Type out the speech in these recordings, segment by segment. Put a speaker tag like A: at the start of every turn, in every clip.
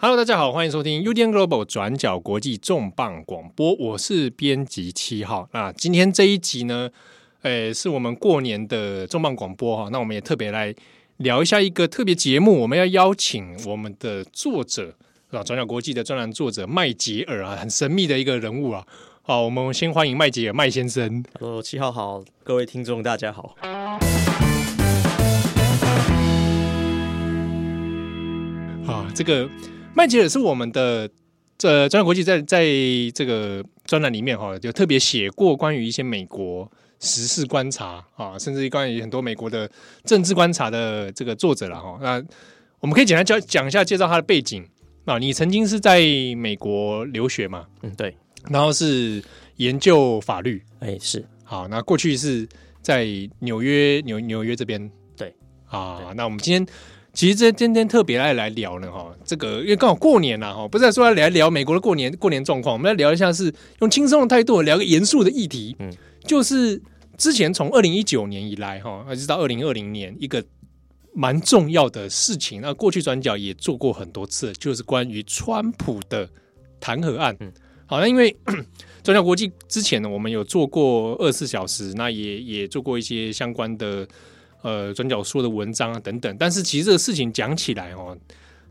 A: Hello，大家好，欢迎收听 UDN Global 转角国际重磅广播，我是编辑七号。那今天这一集呢，诶，是我们过年的重磅广播哈。那我们也特别来聊一下一个特别节目，我们要邀请我们的作者啊，转角国际的专栏作者麦杰尔啊，很神秘的一个人物啊。好，我们先欢迎麦杰尔麦先生。
B: Hello，七号好，各位听众大家好。
A: 啊，这个麦吉尔是我们的这专栏国际在在这个专栏里面哈、有特别写过关于一些美国时事观察啊，甚至关于很多美国的政治观察的这个作者了哈、那我们可以简单讲讲一下介绍他的背景啊。你曾经是在美国留学嘛，
B: 嗯，对，
A: 然后是研究法律，
B: 哎、是
A: 好，那过去是在纽约纽纽约这边，
B: 对
A: 啊，
B: 对
A: 那我们今天其实这今天特别爱来聊呢哈，这个因为刚好过年啊了哈，不是在说要来聊美国的过年过年状况，我们来聊一下是用轻松的态度聊个严肃的议题，嗯
B: 嗯，
A: 就是之前从二零一九年以来哈，一直到二零二零年一个。蛮重要的事情，那过去转角也做过很多次，就是关于川普的弹劾案。
B: 嗯
A: 好，那因为转角国际之前呢，我们有做过二十四小时，那也也做过一些相关的呃转角说的文章啊等等。但是其实这个事情讲起来哦，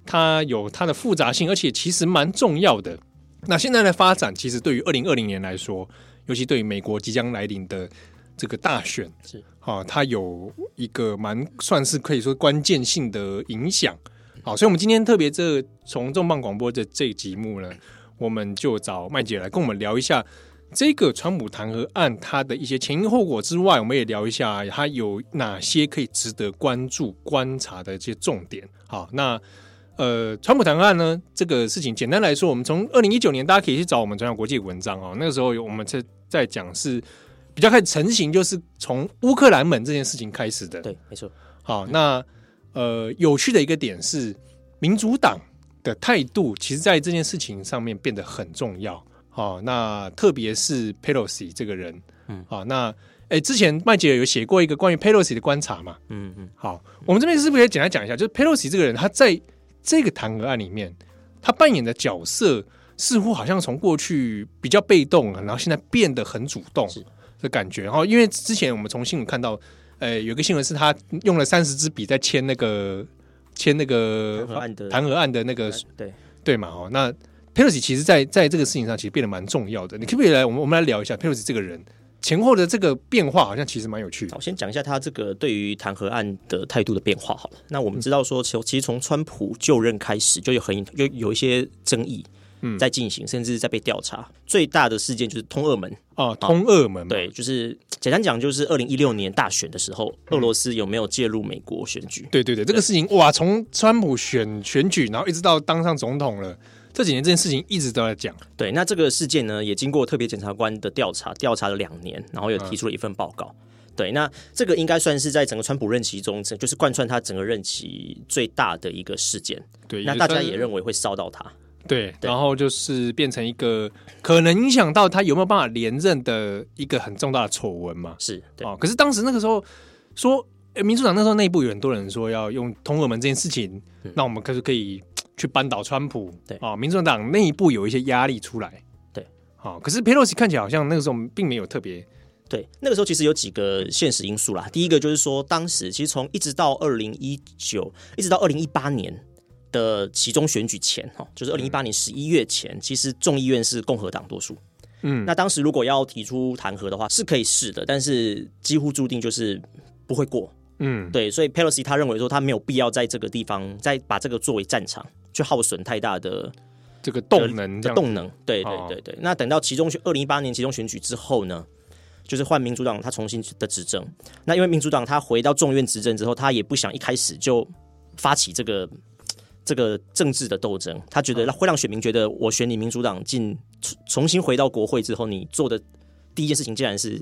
A: 它有它的复杂性，而且其实蛮重要的。那现在的发展，其实对于二零二零年来说，尤其对于美国即将来临的这个大选，
B: 是
A: 啊，它有一个蛮算是可以说关键性的影响。好，所以我们今天特别这从重磅广播的这一节目呢，我们就找麦姐来跟我们聊一下这个川普弹劾案它的一些前因后果之外，我们也聊一下它有哪些可以值得关注、观察的一些重点。好，那呃，川普弹劾案呢这个事情，简单来说，我们从二零一九年，大家可以去找我们转角国际的文章哦，那个时候有我们在在讲是比较开始成型，就是从乌克兰门这件事情开始的。
B: 对，没错，
A: 好，那呃，有趣的一个点是，民主党的态度其实在这件事情上面变得很重要。好、那特别是 Pelosi 这个人，嗯
B: 嗯，
A: 好、那诶，之前麦杰尔有写过一个关于 Pelosi 的观察嘛？
B: 嗯嗯，
A: 好，我们这边是不是可以简单讲一下，就是 Pelosi 这个人，他在这个弹劾案里面，他扮演的角色似乎好像从过去比较被动，然后现在变得很主动
B: 是
A: 的感觉。然后，因为之前我们从新闻看到，呃，有一个新闻是他用了三十支笔在签那个签那个
B: 弹劾案的呃
A: 弹劾案的那个
B: 对，
A: 对嘛？哦，那 Pelosi 其实在在这个事情上其实变得蛮重要的。你可不可以来我们我们来聊一下 Pelosi 这个人前后的这个变化，好像其实蛮有趣
B: 好
A: 的。
B: 我先讲一下他这个对于弹劾案的态度的变化好了。那我们知道说，其其实从川普就任开始就有很有有一些争议
A: 嗯
B: 在进行，甚至在被调查。最大的事件就是通俄门，
A: 哦，通俄门嘛，
B: 对，就是简单讲，就是二零一六年大选的时候，俄罗斯有没有介入美国选举？
A: 对对对，这个事情哇，从川普选选举，然后一直到当上总统了，这几年这件事情一直都在讲。
B: 对，那这个事件呢，也经过特别检察官的调查，调查了两年，然后又
A: 嗯
B: 提出了一份报告。对，那这个应该算是在整个川普任期中，这就是贯穿他整个任期最大的一个事件。
A: 对，
B: 那
A: 就
B: 大
A: 是
B: 家也认为会烧到他。
A: 对，
B: 对
A: 然后就是变成一个可能影响到他有没有办法连任的一个很重大的丑闻嘛。
B: 是，对，
A: 哦，可是当时那个时候说，呃民主党那时候内部有很多人说要用通俄门这件事情，那我们可是可以去扳倒川普。
B: 对
A: 啊、民主党内部有一些压力出来。
B: 对，
A: 好、可是佩洛西看起来好像那个时候并没有特别
B: 对，那个时候其实有几个现实因素啦。第一个就是说，当时其实从一直到二零一九，一直到二零一八年的其中选举前，哈，就是二零一八年十一月前，其实众议院是共和党多数。
A: 嗯
B: 那当时如果要提出弹劾的话，是可以试的，但是几乎注定就是不会过。
A: 嗯
B: 对，所以 Pelosi 他认为说，他没有必要在这个地方再把这个作为战场，去耗损太大的
A: 这个动能这样
B: 的动能。对
A: 哦
B: 对对对。那等到其中选二零一八年其中选举之后呢，就是换民主党他重新的执政。那因为民主党他回到众院执政之后，他也不想一开始就发起这个这个政治的斗争，他觉
A: 嗯
B: 得会让选民觉得我选你民主党进重重新回到国会之后，你做的第一件事情竟然是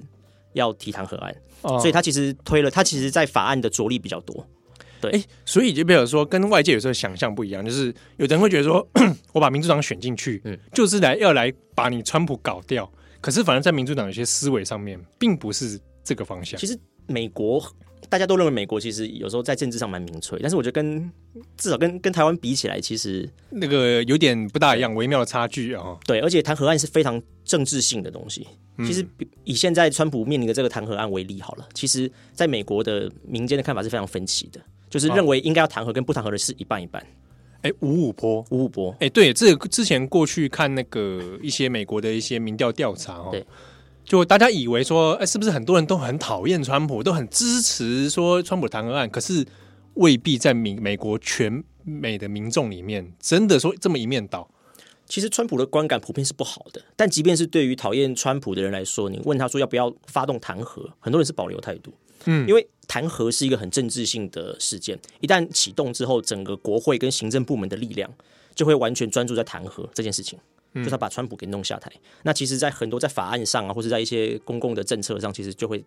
B: 要提弹劾案，
A: 哦
B: 所以他其实推了，他其实在法案的着力比较多。
A: 所以就比如说，跟外界有时候想象不一样，就是有的人会觉得说， 我把民主党选进去，
B: 嗯
A: 就是来要来把你川普搞掉。可是反而在民主党有些思维上面，并不是这个方向。
B: 其实美国。大家都认为美国其实有时候在政治上蛮民粹，但是我觉得跟至少跟跟台湾比起来，其实
A: 那个有点不大一样，微妙的差距啊、
B: 对，而且弹劾案是非常政治性的东西。其实比以现在川普面临的这个弹劾案为例好了，其实在美国的民间的看法是非常分歧的，就是认为应该要弹劾跟不弹劾的是一半一半。
A: 哎，五五坡，
B: 五五波，
A: 哎，对，这个之前过去看那个一些美国的一些民调调查哦
B: 对，
A: 就大家以为说，哎，是不是很多人都很讨厌川普，都很支持说川普弹劾案？可是未必在美美国全美的民众里面，真的说这么一面倒。
B: 其实川普的观感普遍是不好的，但即便是对于讨厌川普的人来说，你问他说要不要发动弹劾，很多人是保留态度。嗯，因为弹劾是一个很政治性的事件，一旦启动之后，整个国会跟行政部门的力量就会完全专注在弹劾这件事情，
A: 嗯
B: 就是他把川普给弄下台。那其实，在很多在法案上啊，或是在一些公共的政策上，其实就会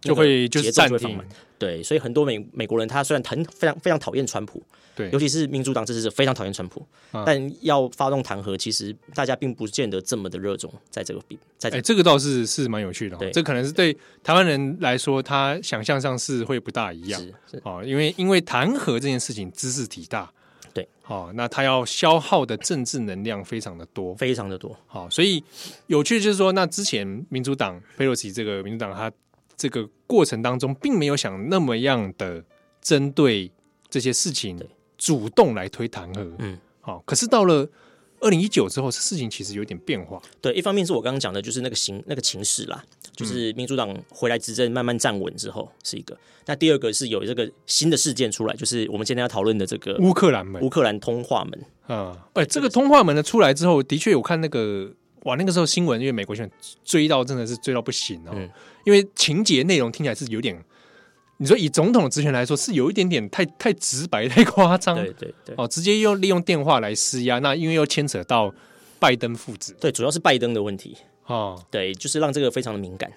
A: 就会就是
B: 节奏
A: 暂
B: 会
A: 停
B: 放慢。对，所以很多美美国人他虽然很非常非常讨厌川普，
A: 对嗯
B: 尤其是民主党支持者非常讨厌川普，但要发动弹劾，其实大家并不见得这么的热衷在这个比在这
A: 哎，
B: 个、
A: 这个倒是是蛮有趣的、哦
B: 对，
A: 这可能是对台湾人来说，他想象上是会不大一样。
B: 是是
A: 哦，因为因为弹劾这件事情知识体大，
B: 对，
A: 哦，那他要消耗的政治能量非常的多，
B: 非常的多，
A: 好、所以有趣就是说，那之前民主党佩洛西这个民主党，他这个过程当中并没有想那么样的针对这些事情
B: 对
A: 主动来推弹劾，
B: 嗯，
A: 好、可是到了二零一九之后，事情其实有点变化，
B: 对，一方面是我刚刚讲的，就是那个形那个情势啦，就是
A: 嗯
B: 民主党回来执政慢慢站稳之后是一个。那第二个是有这个新的事件出来，就是我们今天要讨论的这个
A: 乌克兰门
B: 呃乌克兰通话门。
A: 啊，哎、这个通话门的出来之后，的确我看那个哇，那个时候新闻，因为美国新闻追到真的是追到不行哦，
B: 嗯
A: 因为情节内容听起来是有点，你说以总统的职权来说，是有一点点太太直白、太夸张
B: 对对对
A: 哦，直接用利用电话来施压，那因为又牵扯到拜登父子
B: 对，主要是拜登的问题。
A: 哦，
B: 对，就是让这个非常的敏感，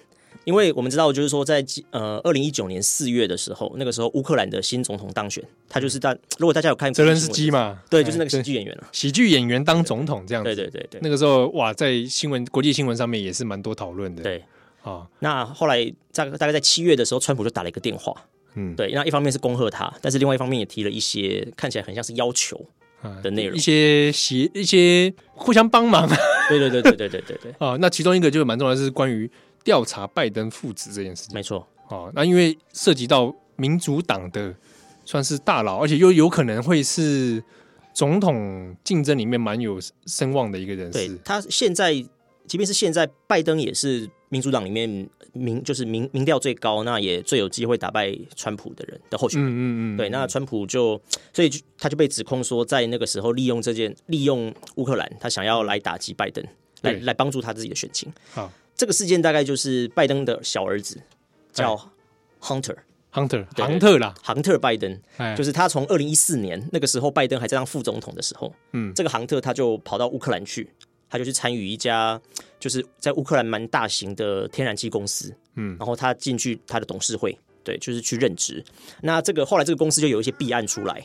B: 因为我们知道，就是说在呃二零一九年四月的时候，那个时候乌克兰的新总统当选，他就是大，如果大家有看
A: 嗯泽伦斯基
B: 嘛，
A: 嘛，
B: 对，就是那
A: 哎
B: 个喜剧演员了，
A: 喜剧演员当总统这样子，
B: 对对对对
A: 那个时候哇，在新闻国际新闻上面也是蛮多讨论的，
B: 对。
A: 啊，
B: 那后来大概大概在七月的时候，川普就打了一个电话，
A: 嗯，
B: 对，那一方面是恭贺他，但是另外一方面也提了一些看起来很像是要求，
A: 啊
B: 的内容
A: 一些协一些互相帮 忙。
B: 对对对对对对对对，
A: 啊、那其中一个就是蛮重要的是关于调查拜登父子这件事情
B: 没错，
A: 啊、那因为涉及到民主党的算是大佬，而且又有可能会是总统竞争里面蛮有声望的一个人
B: 对
A: 士。
B: 他现在，即便是现在，拜登也是民主党里面民就是民民调最高，那也最有机会打败川普的人的候选人。
A: 嗯嗯嗯，
B: 对，那川普就，所以就他就被指控说，在那个时候利用这件利用乌克兰，他想要来打击拜登，来
A: 对
B: 来帮助他自己的选情。
A: 好
B: 这个事件大概就是拜登的小儿子叫
A: 哎
B: Hunter
A: ，Hunter
B: 对
A: 杭特啦，
B: 杭特拜登，
A: 哎，
B: 就是他从二零一四年那个时候拜登还在当副总统的时候，
A: 嗯
B: 这个杭特他就跑到乌克兰去，他就去参与一家就是在乌克兰蛮大型的天然气公司，
A: 嗯
B: 然后他进去他的董事会，对，就是去任职。那这个后来这个公司就有一些弊案出来，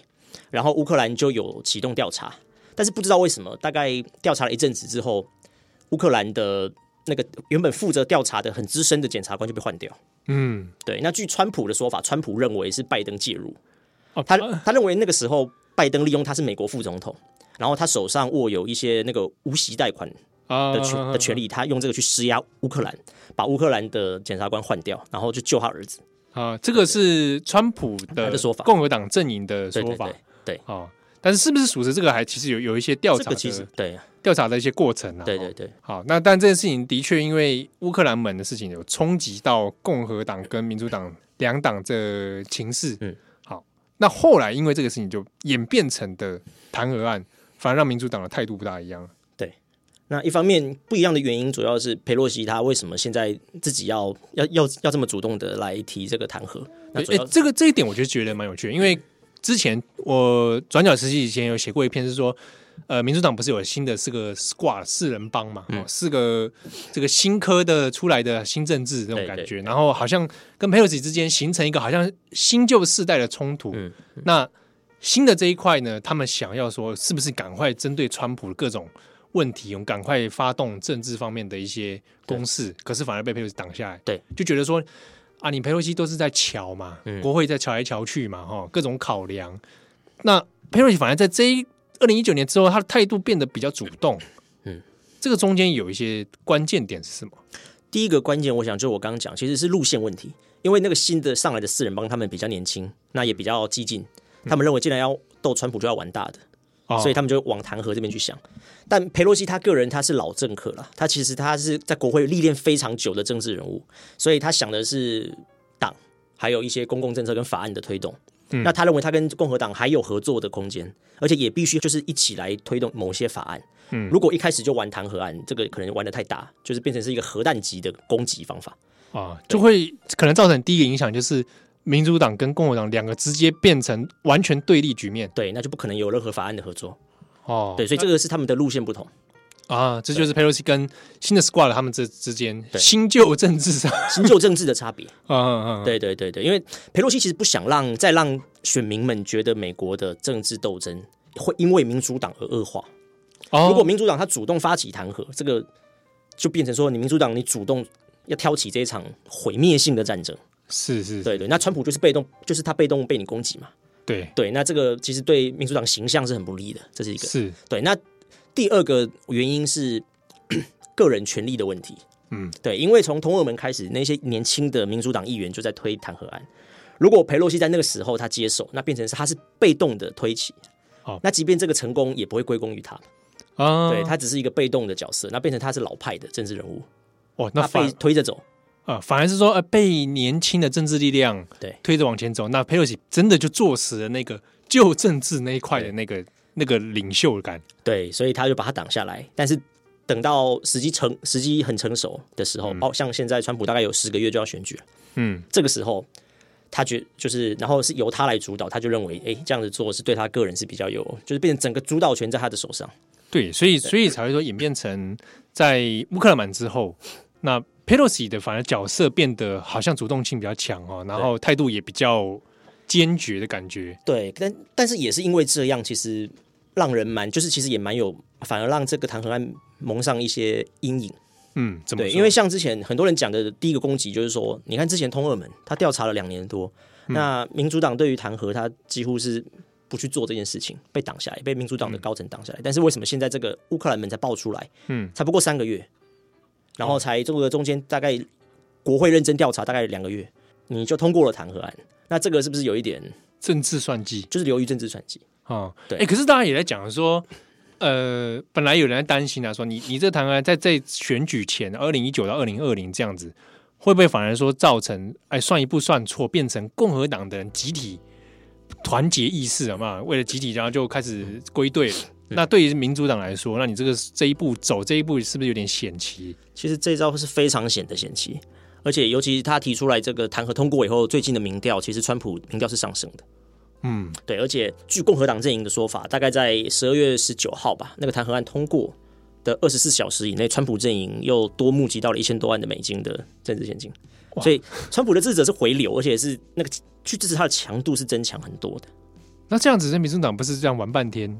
B: 然后乌克兰就有启动调查，但是不知道为什么，大概调查了一阵子之后，乌克兰的那个原本负责调查的很资深的检察官就被换掉。
A: 嗯，
B: 对，那据川普的说法，川普认为是拜登介入，
A: 哦，
B: 他
A: 啊
B: 他认为那个时候拜登利用他是美国副总统，然后他手上握有一些那个无息贷款
A: 啊
B: 的权的权利，他用这个去施压乌克兰，把乌克兰的检察官换掉，然后就救他儿子。
A: 啊，这个是川普
B: 他
A: 的
B: 的说法
A: 共和党阵营的
B: 对
A: 说
B: 对
A: 法
B: 对对，
A: 啊。但是是不是属实？这个还其实有有一些调
B: 这
A: 查
B: 个其实
A: 的哦
B: 对
A: 调查的一些过程啊。
B: 对
A: 哦
B: 对对
A: 好，那但这件事情的确因为乌克兰门的事情有冲击到共和党跟民主党两党这情势。
B: 嗯，
A: 好，那后来因为这个事情就演变成的弹劾案，反而让民主党的态度不大一样。
B: 对。那一方面不一样的原因，主要是佩洛西他为什么现在自己要要要要这么主动的来提这个弹劾？那
A: 对
B: 主要
A: 诶这个这一点我就觉得蛮有趣的，因为之前我转角实习以前有写过一篇，是说，呃，民主党不是有新的四个 squad 四人帮嘛，
B: 嗯
A: 哦，四个这个新科的出来的新政治这种
B: 对
A: 感
B: 对
A: 觉，然后好像跟 Pelosi 之间形成一个好像新旧世代的冲突，
B: 嗯
A: 那。新的这一块呢，他们想要说，是不是赶快针对川普的各种问题，我们赶快发动政治方面的一些攻势？可是反而被佩洛西挡下来，
B: 对，嗯
A: 就觉得说啊，你佩洛西都是在瞧嘛，国会在瞧来瞧去嘛，哈，各种考量。那佩洛西反而在这一二零一九年之后，他的态度变得比较主动。嗯，这个中间有一些关键点是什么？
B: 第一个关键，我想就我刚刚讲，其实是路线问题，因为那个新的上来的四人帮他们比较年轻，那也比较激进，他们认为既然要斗川普就要玩大的，
A: 哦
B: 所以他们就往弹劾这边去想。但佩洛西他个人他是老政客了，他其实他是在国会历练非常久的政治人物，所以他想的是党，还有一些公共政策跟法案的推动。那他认为他跟共和党还有合作的空间，而且也必须就是一起来推动某些法案。嗯，如果一开始就玩弹劾案，这个可能玩的太大，就是变成是一个核弹级的攻击方法。
A: 啊，就会可能造成第一个影响就是民主党跟共和党两个直接变成完全对立局面
B: 对，那就不可能有任何法案的合作。
A: 哦。
B: 对，所以这个是他们的路线不同。
A: 啊，这就是佩洛西跟新的 squad 他们之之间
B: 对
A: 新旧政治上，
B: 新旧政治的差别。
A: 啊啊，啊
B: 对对对对，因为佩洛西其实不想让再让选民们觉得美国的政治斗争会因为民主党而恶化。
A: 哦
B: 如果民主党他主动发起弹劾，这个就变成说你民主党你主动要挑起这一场毁灭性的战争。
A: 是是，
B: 对对，那川普就是被动，就是他被动被你攻击嘛。
A: 对，
B: 对，那这个其实对民主党形象是很不利的，这是一个。
A: 是
B: 对，那第二个原因是 个人权利的问题。嗯，对，因为从通俄门开始，那些年轻的民主党议员就在推弹劾案。如果佩洛西在那个时候他接手，那变成是他是被动的推起。
A: 哦
B: 那即便这个成功，也不会归功于他，
A: 啊，
B: 对他只是一个被动的角色。那变成他是老派的政治人物，
A: 哦，那
B: 他被
A: 反
B: 推着走。
A: 啊，反而是说呃，被年轻的政治力量
B: 对
A: 推着往前走，那佩洛西真的就坐实了那个旧政治那一块的那个那个领袖感
B: 对，所以他就把他挡下来。但是等到时机成时机很成熟的时候，包、像现在川普大概有十个月就要选举了，
A: 嗯，
B: 这个时候他觉就是，然后是由他来主导，他就认为，哎，这样子做是对他个人是比较有，就是变成整个主导权在他的手上。
A: 对，所以所以才会说演变成在乌克兰之后，那 Pelosi 的反而角色变得好像主动性比较强哦，然后态度也比较坚决的感觉。
B: 对，但但是也是因为这样，其实让人蛮就是其实也蛮有，反而让这个弹劾案蒙上一些阴影。
A: 嗯，怎么
B: 对，
A: 说
B: 因为像之前很多人讲的第一个攻击就是说，你看之前通俄门他调查了两年多，那民主党对于弹劾他几乎是不去做这件事情，被挡下来，被民主党的高层挡下来。但是为什么现在这个乌克兰门才爆出来？
A: 嗯，
B: 才不过三个月，然后才这个中间大概国会认真调查大概两个月，你就通过了弹劾案。那这个是不是有一点
A: 政治算计
B: 就是流于政治传奇？
A: 啊？
B: 对
A: 诶可是大家也在讲说。呃，本来有人在担心啊，说你你这谈案在在选举前，二零一九到二零二零这样子，会不会反而说造成哎算一步算错，变成共和党的人集体团结意识了嘛？为了集体，然后就开始归队了。那对于民主党来说，那你这个这一步走这一步是不是有点险棋？
B: 其实这一招是非常险的险棋，而且尤其他提出来这个弹劾通过以后，最近的民调，其实川普民调是上升的。
A: 嗯，
B: 对，而且据共和党阵营的说法，大概在十二月十九号吧，那个弹劾案通过的二十四小时以内，川普阵营又多募集到了一千多万的美金的政治现金，所以川普的支持者是回流，而且是那个去支持他的强度是增强很多的。
A: 那这样子，这民主党不是这样玩半天？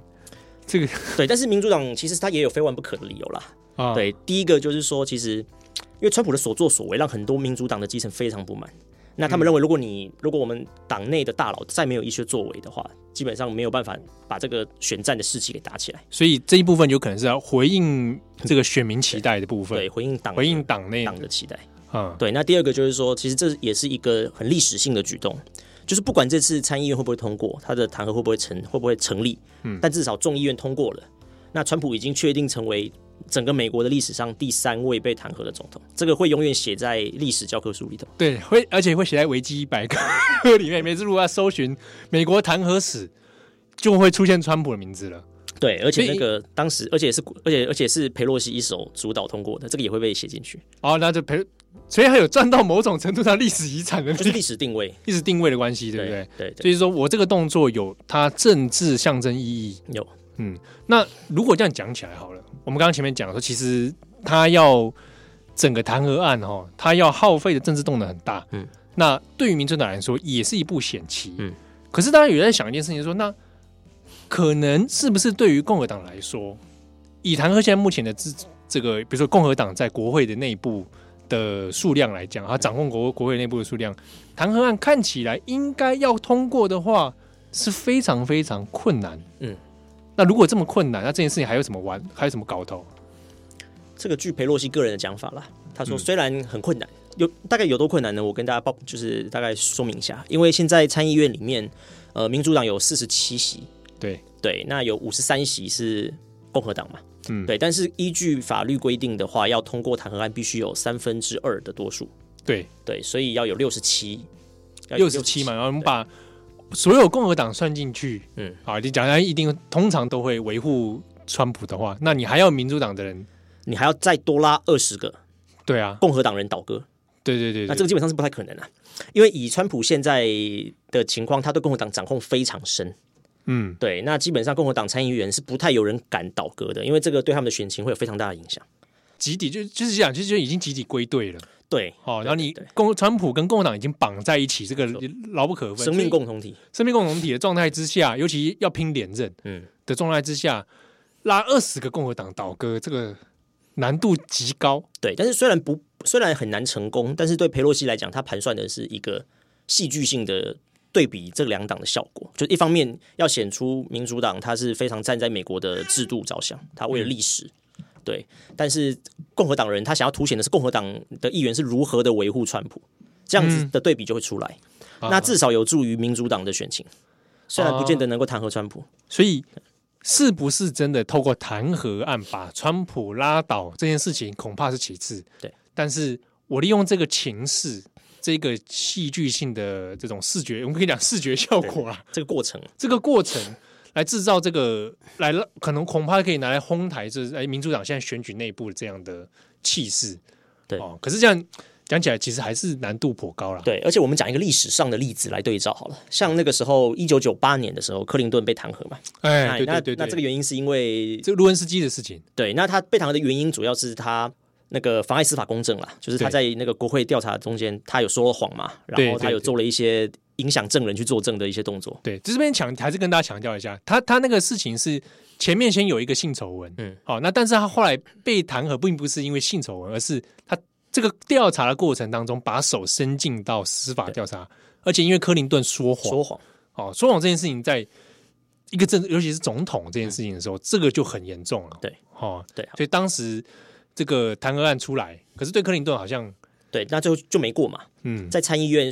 A: 这个
B: 对，但是民主党其实他也有非玩不可的理由啦。
A: 啊，
B: 对，第一个就是说，其实因为川普的所作所为，让很多民主党的基层非常不满。那他们认为，如果你、如果我们党内的大佬再没有一些作为的话，基本上没有办法把这个选战的士气给打起来。
A: 所以这一部分有可能是要回应这个选民期待的部分
B: 对，，回应党
A: 回应党内
B: 党的期待。
A: 啊，
B: 对，那第二个就是说，其实这也是一个很历史性的举动，就是不管这次参议院会不会通过，他的弹劾会不会成会不会成立，嗯，但至少众议院通过了。那川普已经确定成为整个美国的历史上第三位被弹劾的总统，这个会永远写在历史教科书里头。
A: 对，会而且会写在维基百科里面。每次如果要搜寻美国弹劾史，就会出现川普的名字了。
B: 对，而
A: 所
B: 且
A: 以
B: 那个当时，而且是而且而且是佩洛西一手主导通过的，这个也会被写进去，
A: 哦，那就陪，所以他有赚到某种程度上历史遗产的
B: 就是
A: 历
B: 历史定位，
A: 历史定位的关系，对不对？
B: 对对，
A: 所以说我这个动作有它政治象征意义。
B: 有
A: 那如果这样讲起来好了，我们刚刚前面讲说，其实他要整个弹劾案哦，他要耗费的政治动能很大。
B: 嗯，
A: 那对于民主党来说也是一步险棋。
B: 嗯，
A: 可是大家有在想一件事情说，那可能是不是对于共和党来说，以弹劾现在目前的这这个，比如说共和党在国会的内部。的数量来讲，它掌控国国会内部的数量，弹劾案看起来应该要通过的话是非常非常困难。
B: 嗯，
A: 那如果这么困难，那这件事情还有什么玩，还有什么搞头？
B: 这个据裴洛西个人的讲法啦，他
A: 嗯
B: 说虽然很困难，有大概有多困难呢？我跟大家报，就是大概说明一下，因为现在参议院里面，呃，民主党有四十七席，
A: 对
B: 对，那有五十三席是共和党嘛，
A: 嗯
B: 对，但是依据法律规定的话，要通过弹劾案必须有三分之二的多数，
A: 对，
B: 对，所以要有六十七，要有
A: 六十七嘛，
B: 67
A: 然后我们把所有共和党算进去，
B: 嗯，
A: 好，你讲一定通常都会维护川普的话，那你还要民主党的人，
B: 你还要再多拉二十个
A: 对啊，
B: 共和党人倒戈，
A: 对对对
B: 那
A: 对，
B: 啊这个基本上是不太可能啊，因为以川普现在的情况，他对共和党掌控非常深。
A: 嗯，
B: 对，那基本上共和党参议员是不太有人敢倒戈的，因为这个对他们的选情会有非常大的影响。
A: 集体就就是讲，就是已经集体归队了。
B: 对，
A: 好、然后你
B: 对对
A: 共川普跟共和党已经绑在一起，这个牢不可分。
B: 生命
A: 所以
B: 共同体，
A: 生命共同体的状态之下，尤其要拼连任
B: 嗯，
A: 的状态之下，拉二十个共和党倒戈，这个难度极高。
B: 对。但是虽然不虽然很难成功，但是对佩洛西来讲，他盘算的是一个戏剧性的对比这两党的效果，就一方面要显出民主党他是非常站在美国的制度着想，他为了历史。对，但是共和党人他想要凸显的是共和党的议员是如何的维护川普，这样子的对比就会出来。
A: 啊
B: 那至少有助于民主党的选情，虽然不见得能够弹劾川普。
A: 所以是不是真的透过弹劾案把川普拉倒这件事情，恐怕是其次。
B: 对，
A: 但是我利用这个情势，这个戏剧性的这种视觉，我们可以讲视觉效果啦，
B: 这个过程，
A: 这个过程来制造这个来了，可能恐怕可以拿来哄抬，就是哎，民主党现在选举内部的这样的气势。
B: 对
A: 哦，可是这样讲起来，其实还是难度颇高啦。
B: 对，而且我们讲一个历史上的例子来对照好了，像那个时候一九九八年的时候，克林顿被弹劾嘛，
A: 哎，对
B: 那
A: 对对
B: 那
A: 对，
B: 这个原因是因为
A: 这个卢恩斯基的事情，
B: 对，那他被弹劾的原因主要是他那个妨碍司法公正啦，就是他在那个国会调查中间，他有说谎嘛，然
A: 对
B: 后他
A: 对
B: 有
A: 对
B: 做了一些影响证人去作证的一些动作，
A: 对，这边强还是跟大家强调一下，他他那个事情是前面先有一个性丑闻，
B: 嗯，
A: 好、那但是他后来被弹劾，并不是因为性丑闻，而是他这个调查的过程当中，把手伸进到司法调查，而且因为克林顿说谎，
B: 说谎，
A: 哦，说谎这件事情，在一个政，尤其是总统这件事情的时候，这个就很严重了。
B: 嗯对，
A: 哦，
B: 对啊
A: 所以当时这个弹劾案出来，可是对克林顿好像，
B: 对，那最后就没过嘛，
A: 嗯，
B: 在参议院，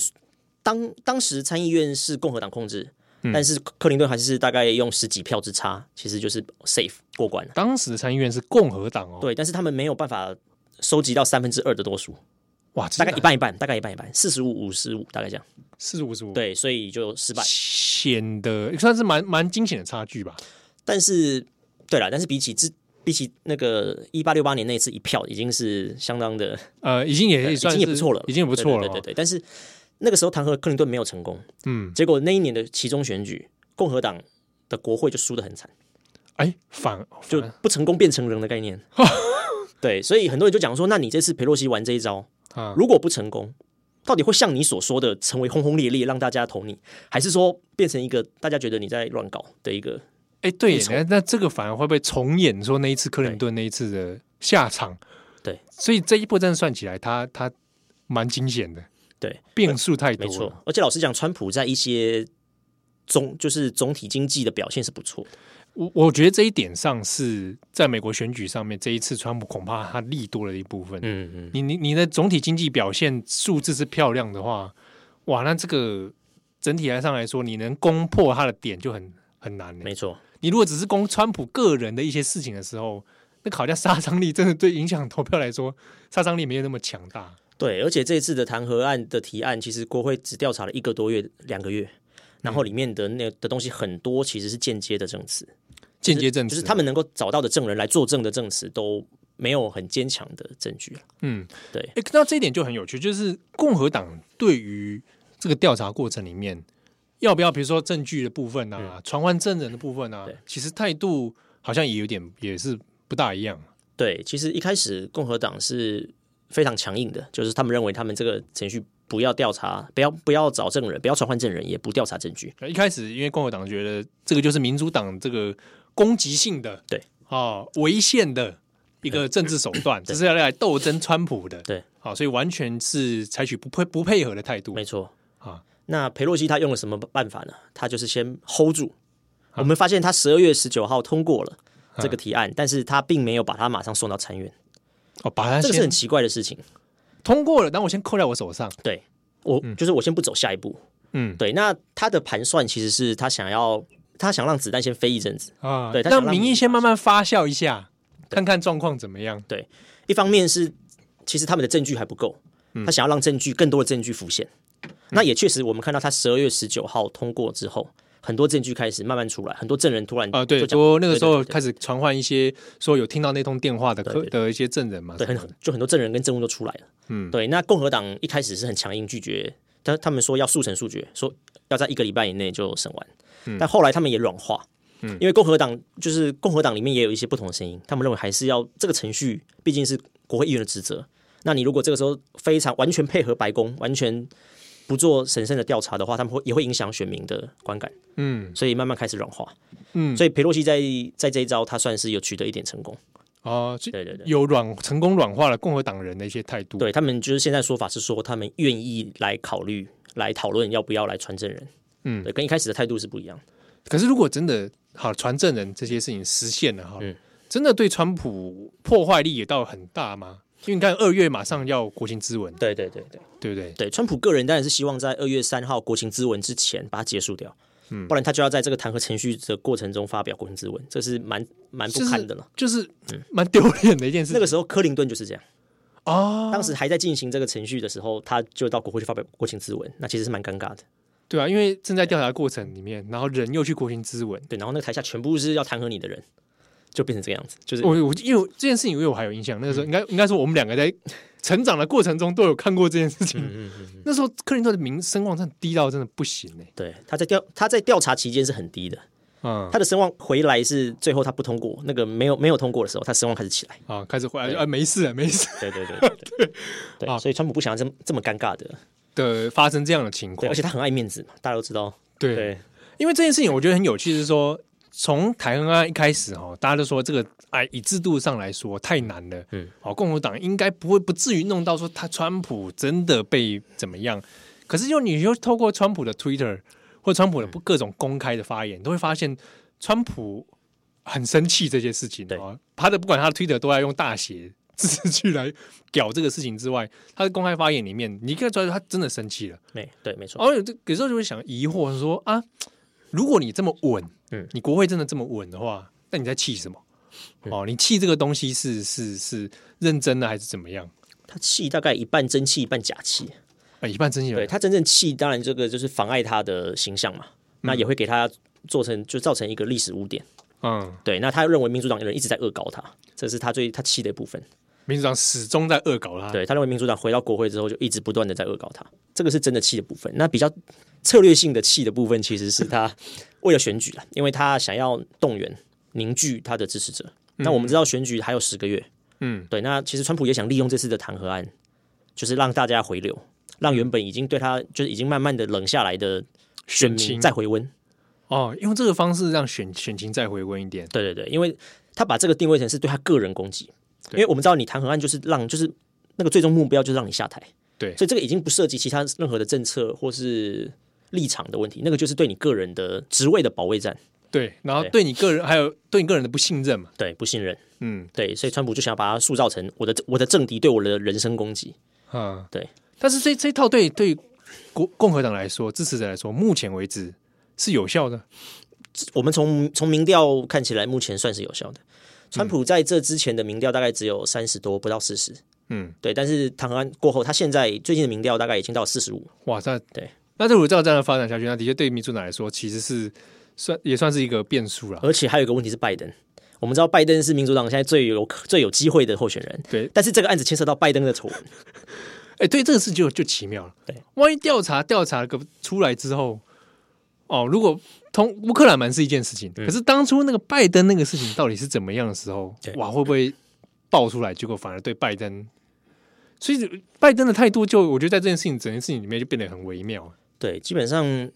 B: 当当时参议院是共和党控制，
A: 嗯
B: 但是克林顿还是大概用十几票之差，其实就是 safe 过关了。
A: 当时的参议院是共和党哦，，
B: 对，但是他们没有办法收集到三分之二的多数，
A: 哇，这
B: 大概一半一半，大概一半一半，四十五五十五，大概这样。
A: 四十五十五，，
B: 对，所以就失败。
A: 显得算是蛮蛮惊险的差距吧。
B: 但是，对了，但是比起之比起那个一八六八年那次一票，已经是相当的，
A: 呃，已经也
B: 已
A: 算
B: 经
A: 是
B: 也不错了，
A: 已经也不错了
B: 对对
A: 哦，
B: 对对对但是那个时候弹劾克林顿没有成功，
A: 嗯，
B: 结果那一年的其中选举，共和党的国会就输得很惨。
A: 哎，反
B: 就
A: 反
B: 不成功变成人的概 念。对，所以很多人就讲说，那你这次佩洛西玩这一招，
A: 啊，
B: 如果不成功，到底会像你所说的成为轰轰烈烈让大家投你，还是说变成一个大家觉得你在乱搞的一个？
A: 哎，对耶，
B: 重
A: 那那这个反而会不会重演说那一次克林顿那一次的下场？
B: 对，
A: 所以这一波战算起来，他他蛮惊险的，
B: 对，
A: 变数太多
B: 没错
A: 了。。
B: 而且老实讲，川普在一些总就是总体经济的表现是不错的。
A: 我我觉得这一点上是在美国选举上面，这一次川普恐怕他利多了一部分。
B: 嗯嗯，
A: 你你你的总体经济表现数字是漂亮的话，哇，那这个整体来上来说，你能攻破他的点就很很难了。
B: 没错。
A: 你如果只是攻川普个人的一些事情的时候，那考量杀伤力真的对影响投票来说，杀伤力没有那么强大。
B: 对，而且这一次的弹劾案的提案，其实国会只调查了一个多月、两个月，然后里面的那的东西很多其实是间接的证词。
A: 间接证词，
B: 就是他们能够找到的证人来作证的证词都没有很坚强的证据啊了
A: 嗯，
B: 对
A: 哎、那这一点就很有趣，就是共和党对于这个调查过程里面，要不要比如说证据的部分啊，传唤证人的部分啊
B: 嗯对，
A: 其实态度好像也有点也是不大一样。
B: 对，其实一开始共和党是非常强硬的，就是他们认为他们这个程序不要调查，不要不要找证人，不要传唤证人，也不调查证据。
A: 一开始因为共和党觉得这个就是民主党这个攻击性的，
B: 对，
A: 哦，违宪的一个政治手段，这是要来斗争川普的。
B: 对，
A: 好，所以完全是采取不配不配合的态度
B: 没。错
A: 啊。
B: 那佩洛西他用了什么办法呢？他就是先 hold 住。
A: 啊
B: 我们发现他十二月十九号通过了这个提案，但是他并没有把它马上送到参院，
A: 哦，把它
B: 这个是
A: 先
B: 很奇怪的事情。
A: 通过了，然后我先扣在我手上。
B: 对我、就是我先不走下一步。
A: 嗯
B: 对，那他的盘算其实是他想要他想让子弹先飞一阵子。
A: 啊，
B: 对他想
A: 让
B: 让
A: 民
B: 民
A: 意
B: 意
A: 先慢慢发酵一下，看看状况怎么
B: 嗯
A: 样。
B: 一方面是其实他们的证据还不够，
A: 嗯
B: 他想要让证据更多的证据浮现。那也确实，我们看到他十二月十九号通过之后，很多证据开始慢慢出来，很多证人突然
A: 啊，
B: 就
A: 对，
B: 讲
A: 我那个时候
B: 对对对
A: 开始传唤一些说有听到那通电话的客
B: 对对
A: 的一些证人嘛，
B: 对，很就很多证人跟证物都出来了。
A: 嗯
B: 嗯，对。那共和党一开始是很强硬拒绝，他他们说要速成速决，说要在一个礼拜以内就审完。但后来他们也软化，嗯，因为共和党就是共和党里面也有一些不同的声音，他们认为还是要这个程序毕竟是国会议员的职责。那你如果这个时候非常完全配合白宫，完全不做审慎的调查的话，他们会也会影响选民的观感，
A: 嗯，
B: 所以慢慢开始软化。
A: 嗯
B: 嗯，所以佩洛西在在这一招，他算是有取得一点成功。
A: 哦，所以
B: 对对对。
A: 有软成功软化了共和党人的一些态度。
B: 对他们就是现在说法是说，他们愿意来考虑、来讨论要不要来传证人。
A: 嗯
B: 对，跟一开始的态度是不一样。
A: 可是如果真的好传证人这些事情实现了哈，
B: 嗯
A: 真的对川普破坏力也到很大吗？因为你看二月马上要国情咨文，
B: 对对对对
A: 对不对？
B: 对，川普个人当然是希望在二月三号国情咨文之前把它结束掉，嗯，不然他就要在这个弹劾程序的过程中发表国情咨文，这是蛮蛮不堪的了。
A: 就是蛮丢脸的一件事。
B: 那个时候克林顿就是这样，
A: 啊，
B: 当时还在进行这个程序的时候，他就到国会去发表国情咨文，那其实是蛮尴尬的。
A: 对啊，因为正在调查过程里面，然后人又去国情咨文。
B: 对，然后那个台下全部是要弹劾你的人，就变成这个样子，就是
A: 我我因为这件事情，因为我还有印象，那个时候应该应该说我们两个在成长的过程中都有看过这件事情。那时候克林顿的名声望真的低到真的不行欸呢、
B: 对他在调他在调查期间是很低的。
A: 嗯
B: 他的声望回来是最后他不通过，那个没有没有通过的时候，他声望开始起来。
A: 啊，开始回来啊，没事啊，没事
B: 对对对对对，
A: 啊
B: 所以川普不想要这么这么尴尬的，
A: 的发生这样的情
B: 对，
A: 况
B: 而。且他很爱面子嘛，大家都知道。
A: 对，
B: 哦对
A: 因为这件事情，我觉得很有趣，是说从台湾案一开始哈，大家都说这个哎，以制度上来说太难了，嗯
B: 嗯，
A: 好，共和党应该不会不至于弄到说他川普真的被怎么样，可是又你又透过川普的 Twitter 或川普的各种公开的发言，你都会发现川普很生气这件事情
B: 对
A: 啊，他的不管他的 Twitter 都在用大写。字句来屌这个事情之外，他的公开发言里面，你可以知道他真的生气了。
B: 没对没错，
A: 而且这有时候就会想疑惑说啊，如果你这么稳，嗯
B: 嗯，
A: 你国会真的这么稳的话，那你在气什么？
B: 嗯
A: 哦，你气这个东西是是是认真的还是怎么样？
B: 他气大概一半真气一半假气。
A: 啊，一半真心
B: 对他真正气，当然这个就是妨碍他的形象嘛，那也会给他做成就造成一个历史污点。
A: 嗯，
B: 对，那他认为民主党人一直在恶搞他，这是他最他气的一部分。
A: 民主党始终在恶搞他。
B: 对他认为民主党回到国会之后，就一直不断的在恶搞他，这个是真的气的部分。那比较策略性的气的部分，其实是他为了选举啊，因为他想要动员凝聚他的支持者。那我们知道选举还有十个月，
A: 嗯，
B: 对，那其实川普也想利用这次的弹劾案，就是让大家回流，让原本已经对他就是已经慢慢的冷下来的选
A: 选情
B: 民再回温。
A: 哦，用这个方式让选选情再回温一点。
B: 对对对，因为他把这个定位成是对他个人攻击，因为我们知道你弹劾案就是让就是那个最终目标就是让你下台，
A: 对
B: 所以这个已经不涉及其他任何的政策或是立场的问题，那个就是对你个人的职位的保卫战，
A: 对，然后
B: 对
A: 对你个人还有对你个人的不信任嘛，
B: 对不信任，
A: 嗯
B: 对，所以川普就想要把它塑造成我的我的政敌对我的人身攻击，
A: 嗯，
B: 对。
A: 但是这这一套对对国共和党来说，支持者来说，目前为止是有效的。
B: 我们从从民调看起来，目前算是有效的。川普在这之前的民调大概只有三十多，不到四十。
A: 嗯，
B: 对，但是弹劾案过后，他现在最近的民调大概已经到四十五，
A: 哇，那
B: 对，
A: 那如果照这样的发展下去，那的确对民主党来说，其实是算也算是一个变数了。
B: 而且还有一个问题是拜登。我们知道拜登是民主党现在最有最有机会的候选人，
A: 对
B: 但是这个案子牵涉到拜登的丑闻，
A: 哎、对这个事就就奇妙了。
B: 对，
A: 万一调查调查个出来之后，哦，如果通乌克兰门是一件事情，
B: 嗯
A: 可是当初那个拜登那个事情到底是怎么样的时候
B: 对，
A: 哇，会不会爆出来？结果反而对拜登，所以拜登的态度就我觉得在这件事情整件事情里面就变得很微妙。
B: 对，基本上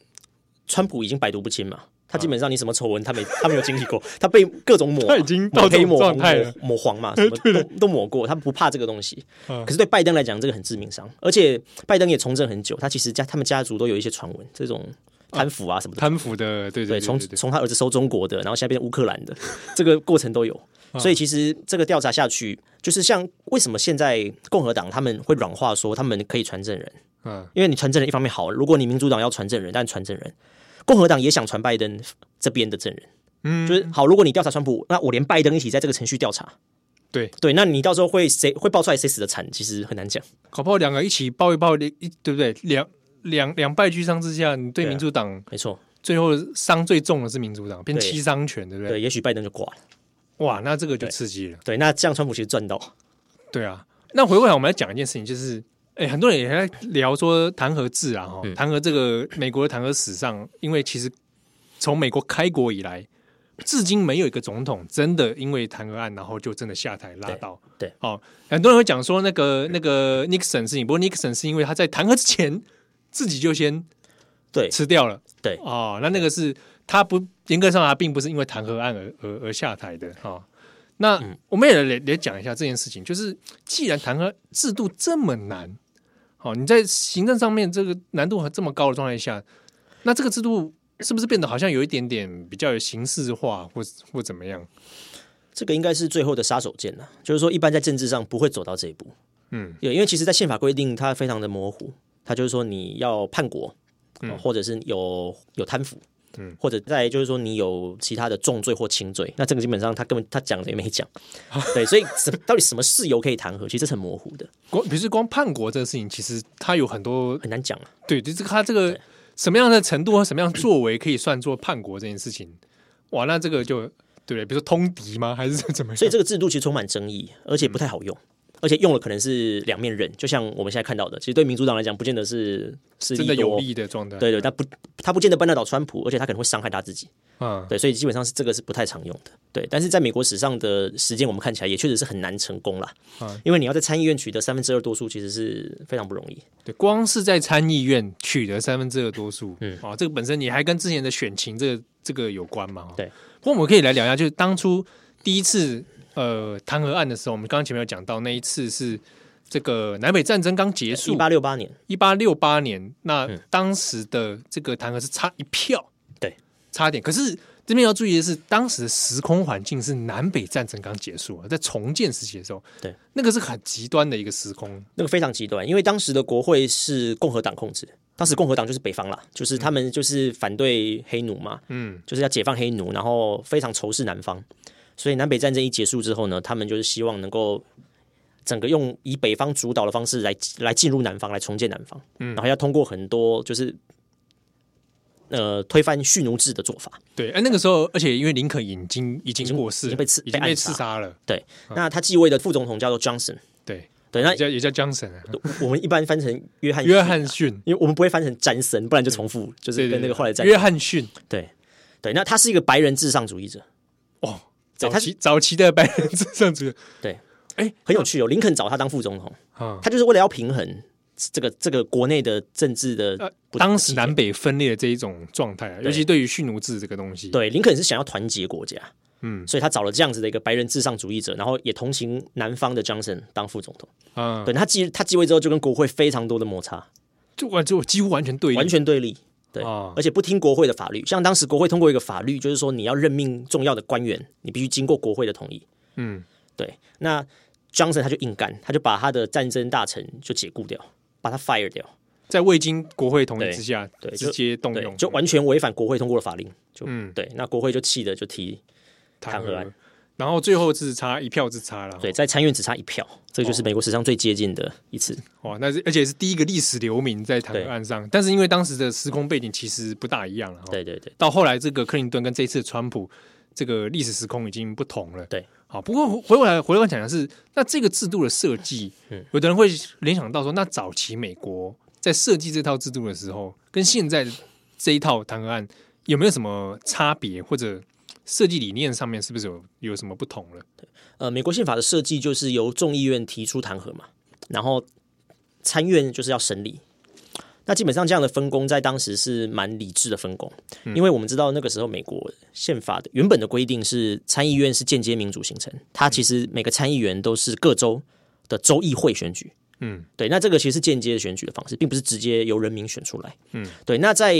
B: 川普已经百毒不侵嘛，他他基本上你什么丑闻他没他没有经历过， 他被各种抹，
A: 他已经到
B: 抹
A: 这
B: 黑
A: 种
B: 抹
A: 状
B: 红
A: 态了
B: 抹抹 黄嘛，什么都都抹过，他不怕这个东西。
A: 嗯
B: 可是对拜登来讲，这个很致命伤，而且拜登也从政很久，他其实家他们家族都有一些传闻，这种贪腐啊什么的。
A: 贪腐的，对
B: 对，
A: 对
B: 从
A: 对对
B: 从他儿子收中国的，然后现在变乌克兰的， 这个过程都有。
A: 嗯
B: 所以其实这个调查下去，就是像为什么现在共和党他们会软化说他们可以传证人，
A: 嗯，
B: 因为你传证人一方面好，如果你民主党要传证人，但传证人，共和党也想传拜登这边的证人，
A: 嗯
B: 就是好，如果你调查川普，那我连拜登一起在这个程序调查，
A: 对，
B: 对，那你到时候会谁会爆出来谁死的惨，其实很难讲。
A: 搞不好两个一起抱一抱，一一对不对？两两两败俱伤之下，你对
B: 对啊
A: 民主党
B: 没错，
A: 最后伤最重的是民主党，变
B: 对
A: 七伤拳，对不对？
B: 对，也许拜登就挂了。
A: 哇，那这个就
B: 对
A: 刺激了。
B: 对，那这样川普其实赚到。
A: 对啊，那回过来我们来讲一件事情，就是，哎，很多人也在聊说弹劾制啊，哈、
B: 嗯
A: 弹劾这个美国的弹劾史上，因为其实从美国开国以来，至今没有一个总统真的因为弹劾案，然后就真的下台拉倒。
B: 对对
A: 哦，很多人会讲说那个那个 Nixon 是你，不过 Nixon 是因为他在弹劾之前自己就先
B: 对
A: 吃掉了。
B: 对
A: 哦，那那个是他不严格上他并不是因为弹劾案而而而下台的哈、哦。那
B: 嗯
A: 我们也来来讲一下这件事情，就是既然弹劾制度这么难，好、你在行政上面这个难度还这么高的状态下，那这个制度是不是变得好像有一点点比较有形式化，或或怎么样？
B: 这个应该是最后的杀手锏了，就是说一般在政治上不会走到这一步。
A: 嗯，
B: 对，因为其实，在宪法规定它非常的模糊，它就是说你要叛国，呃
A: 嗯
B: 或者是有有贪腐，嗯，或者再就是说你有其他的重罪或轻罪，那这个基本上他根本他讲的也 没讲，对，所以什到底什么事由可以弹劾，其实是很模糊的，
A: 光比如说光叛国这个事情，其实它有很多
B: 很难讲啊。
A: 对，就是他这个什么样的程度和什么样的作为可以算作叛国这件事情，哇，那这个就对不对？比如说通敌吗？还是怎么样？
B: 所以这个制度其实充满争议，而且不太好用，而且用了可能是两面刃，就像我们现在看到的，其实对民主党来讲，不见得是是
A: 真的有
B: 多。
A: 利的状态，
B: 对对，但不，他不见得扳得倒川普，而且他可能会伤害他自己。
A: 嗯，
B: 对，所以基本上是这个是不太常用的。对，但是在美国史上的时间，我们看起来也确实是很难成功啦。
A: 啊
B: 因为你要在参议院取得三分之二多数，其实是非常不容易。
A: 对，光是在参议院取得三分之二多数，嗯，啊，这个本身你还跟之前的选情这个这个有关嘛？哦
B: 对。
A: 不过我们可以来聊一下，就是当初第一次呃弹劾案的时候，我们刚刚前面有讲到那一次是这个南北战争刚结
B: 一
A: 束，
B: 八六八年，
A: 呃一八嗯六八年，那当时的这个弹劾是差一票，
B: 对，
A: 差点。可是这边要注意的是，当时的时空环境是南北战争刚结束啊，在重建时期的时候，
B: 对，
A: 那个是很极端的一个时空，
B: 那个非常极端，因为当时的国会是共和党控制，当时共和党就是北方啦，就是他们就是反对黑奴嘛，
A: 嗯，
B: 就是要解放黑奴，然后非常仇视南方。所以南北战争一结束之后呢，他们就是希望能够整个用以北方主导的方式来来进入南方，来重建南方，
A: 嗯
B: 然后要通过很多就是呃推翻蓄奴制的做法。
A: 对。哎，那个时候，而且因为林肯已经已经过世
B: 已
A: 了，
B: 经被刺
A: 已经
B: 被
A: 被
B: 暗
A: 刺
B: 杀
A: 杀了，
B: 对，那他继位的副总统叫做 Johnson，
A: 对，
B: 对，那
A: 也叫也叫江省啊，
B: 我们一般翻成约翰逊
A: 约，翰逊，
B: 因为我们不会翻成詹森，不然就重复，就是
A: 对对
B: 跟那个后来
A: 对，
B: 詹
A: 约翰逊，
B: 对对，那他是一个白人至上主义者，
A: 哦，
B: 对
A: 早
B: 他是
A: 期早期的白人至上主义，
B: 对，
A: 哎，
B: 很有趣哦。林肯找他当副总统，
A: 啊。
B: 他就是为了要平衡这个这个国内的政治的
A: 呃
B: 不
A: 当时南北分裂的这一种状态啊，尤其对于蓄奴制这个东西，
B: 对，林肯是想要团结国家，
A: 嗯
B: 嗯，所以他找了这样子的一个白人至上主义者，然后也同情南方的 Johnson 当副总统。
A: 啊，
B: 对，他继他继位之后，就跟国会非常多的摩擦，
A: 就完就几乎完全对立，
B: 完全对立，对，
A: 啊
B: 而且不听国会的法律。像当时国会通过一个法律，就是说你要任命重要的官员，你必须经过国会的同意。
A: 嗯，
B: 对，那 Johnson 他就硬干，他就把他的战争大臣就解雇掉，把他 fire 掉。
A: 在未经国会同意
B: 对
A: 之下，
B: 对就
A: 直接动
B: 对
A: 用，
B: 就完全违反国会通过的法令，就、
A: 嗯
B: 对，那国会就气的就提，
A: 弹
B: 弹劾
A: 劾
B: 案，
A: 然后最后是差一票之差了，
B: 对，在参院只差一票，这个就是
A: 哦
B: 美国史上最接近的一次，
A: 哇，那是而且是第一个历史留名在弹劾案上，但是因为当时的时空背景其实不大一样了，哦，
B: 对对对，
A: 到后来这个克林顿跟这次的川普，这个历史时空已经不同了，
B: 对。
A: 好，不过回过来回过来讲的是，那这个制度的设计，
B: 嗯
A: 有的人会联想到说，那早期美国在设计这套制度的时候，跟现在的这一套弹劾案有没有什么差别，或者设计理念上面是不是有有什么不同了？
B: 呃，美国宪法的设计就是由众议院提出弹劾嘛，然后参院就是要审理，那基本上这样的分工在当时是蛮理智的分工，因为我们知道那个时候美国宪法的原本的规定是参议院是间接民主形成，它其实每个参议员都是各州的州议会选举。
A: 嗯，
B: 对，那这个其实是间接的选举的方式，并不是直接由人民选出来。嗯，对。那在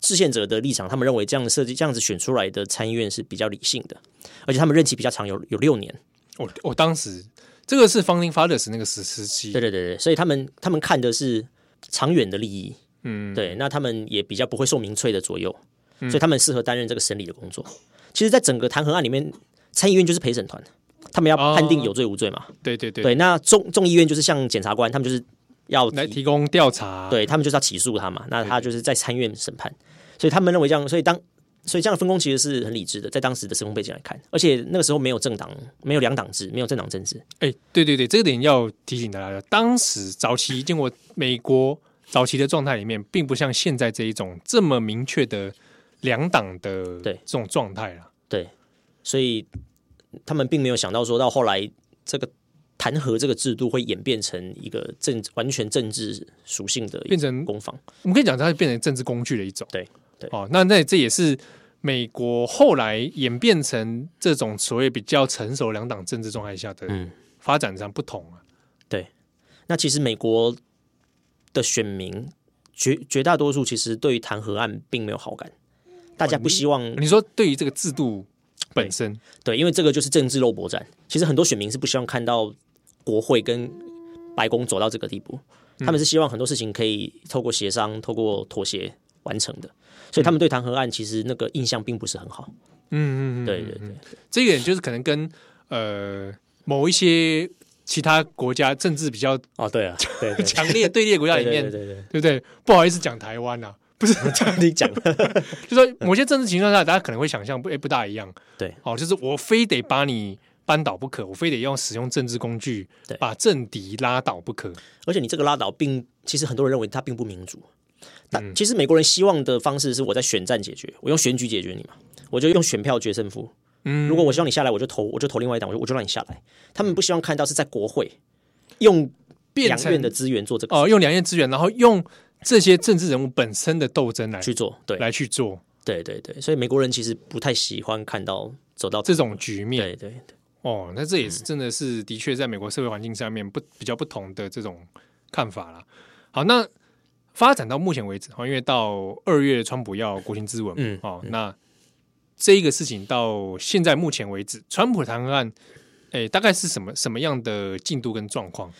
B: 制宪者的立场，他们认为这样的设计，这样子选出来的参议院是比较理性的，而且他们任期比较长，有有六年。
A: 我我哦当时这个是 Founding Fathers 那个时时期
B: 对，对对对，所以他们他们看的是长远的利益，嗯，对，那他们也比较不会受民粹的左右，
A: 嗯
B: 所以他们适合担任这个审理的工作。其实，在整个弹劾案里面，参议院就是陪审团，他们要判定
A: 哦
B: 有罪无罪嘛。
A: 对对对，
B: 对，那众众议院就是像检察官，他们就是要
A: 来
B: 提
A: 提供调查，啊
B: 对他们就是要起诉他嘛，那他就是在参院审判，所以他们认为这样，所以当所以这样的分工其实是很理智的，在当时的时空背景来看，而且那个时候没有政党，没有两党制，没有政党政治，
A: 哎、对对对，这个点要提醒大家，当时早期经过美国早期的状态里面，并不像现在这一种这么明确的两党的
B: 对
A: 这种状态啦。
B: 所以他们并没有想到说到后来这个弹劾这个制度会演变成一个政完全政治属性的一
A: 变
B: 个
A: 成
B: 攻防，
A: 我们可以讲，它变成政治工具的一种。
B: 对对
A: 哦，那那这也是美国后来演变成这种所谓比较成熟两党政治状态下的
B: 嗯。
A: 发展上不同啊。
B: 那其实美国的选民绝绝大多数其实对于弹劾案并没有好感，大家不希望
A: 哦你说对于这个制度本身，
B: 对，因为这个就是政治肉搏战。其实很多选民是不希望看到国会跟白宫走到这个地步，
A: 嗯
B: 他们是希望很多事情可以透过协商、透过妥协完成的。所以他们对弹劾案其实那个印象并不是很好。
A: 嗯嗯嗯，
B: 对对对，
A: 这一点就是可能跟呃某一些其他国家政治比较
B: 哦，对啊，对 对
A: 强烈对立的国家里
B: 对
A: 面，
B: 对对
A: 对不
B: 对
A: 对？不好意思讲台湾啊，不是
B: 对，你讲
A: 就说某些政治情况下，大家可能会想象不，哎，不大一样。
B: 对，
A: 哦，就是我非得把你扳倒不可，我非得要使用政治工具
B: 对
A: 把政敌拉倒不可。
B: 而且你这个拉倒并，其实很多人认为它并不民主。
A: 嗯
B: 但其实美国人希望的方式是我在选战解决，我用选举解决你嘛，我就用选票决胜负。嗯，如果我希望你下来，我就投，我就投另外一党，我就我就让你下来。他们不希望看到是在国会用
A: 变
B: 两
A: 成
B: 院的资源做这个
A: 哦、用两院资源，然后用这些政治人物本身的斗争来
B: 去做。对，
A: 来去做
B: 对对对，所以美国人其实不太喜欢看到走到
A: 这种局面。
B: 对对对
A: 哦，那这
B: 嗯
A: 也是真的是的确在美国社会环境下面不比较不同的这种看法啦。好，那发展到目前为止，哦，因为到二月川普要国情咨文，
B: 嗯
A: 哦，那这一个事情到现在目前为止，川普弹劾案，哎，大概是什么什么样的进度跟状况？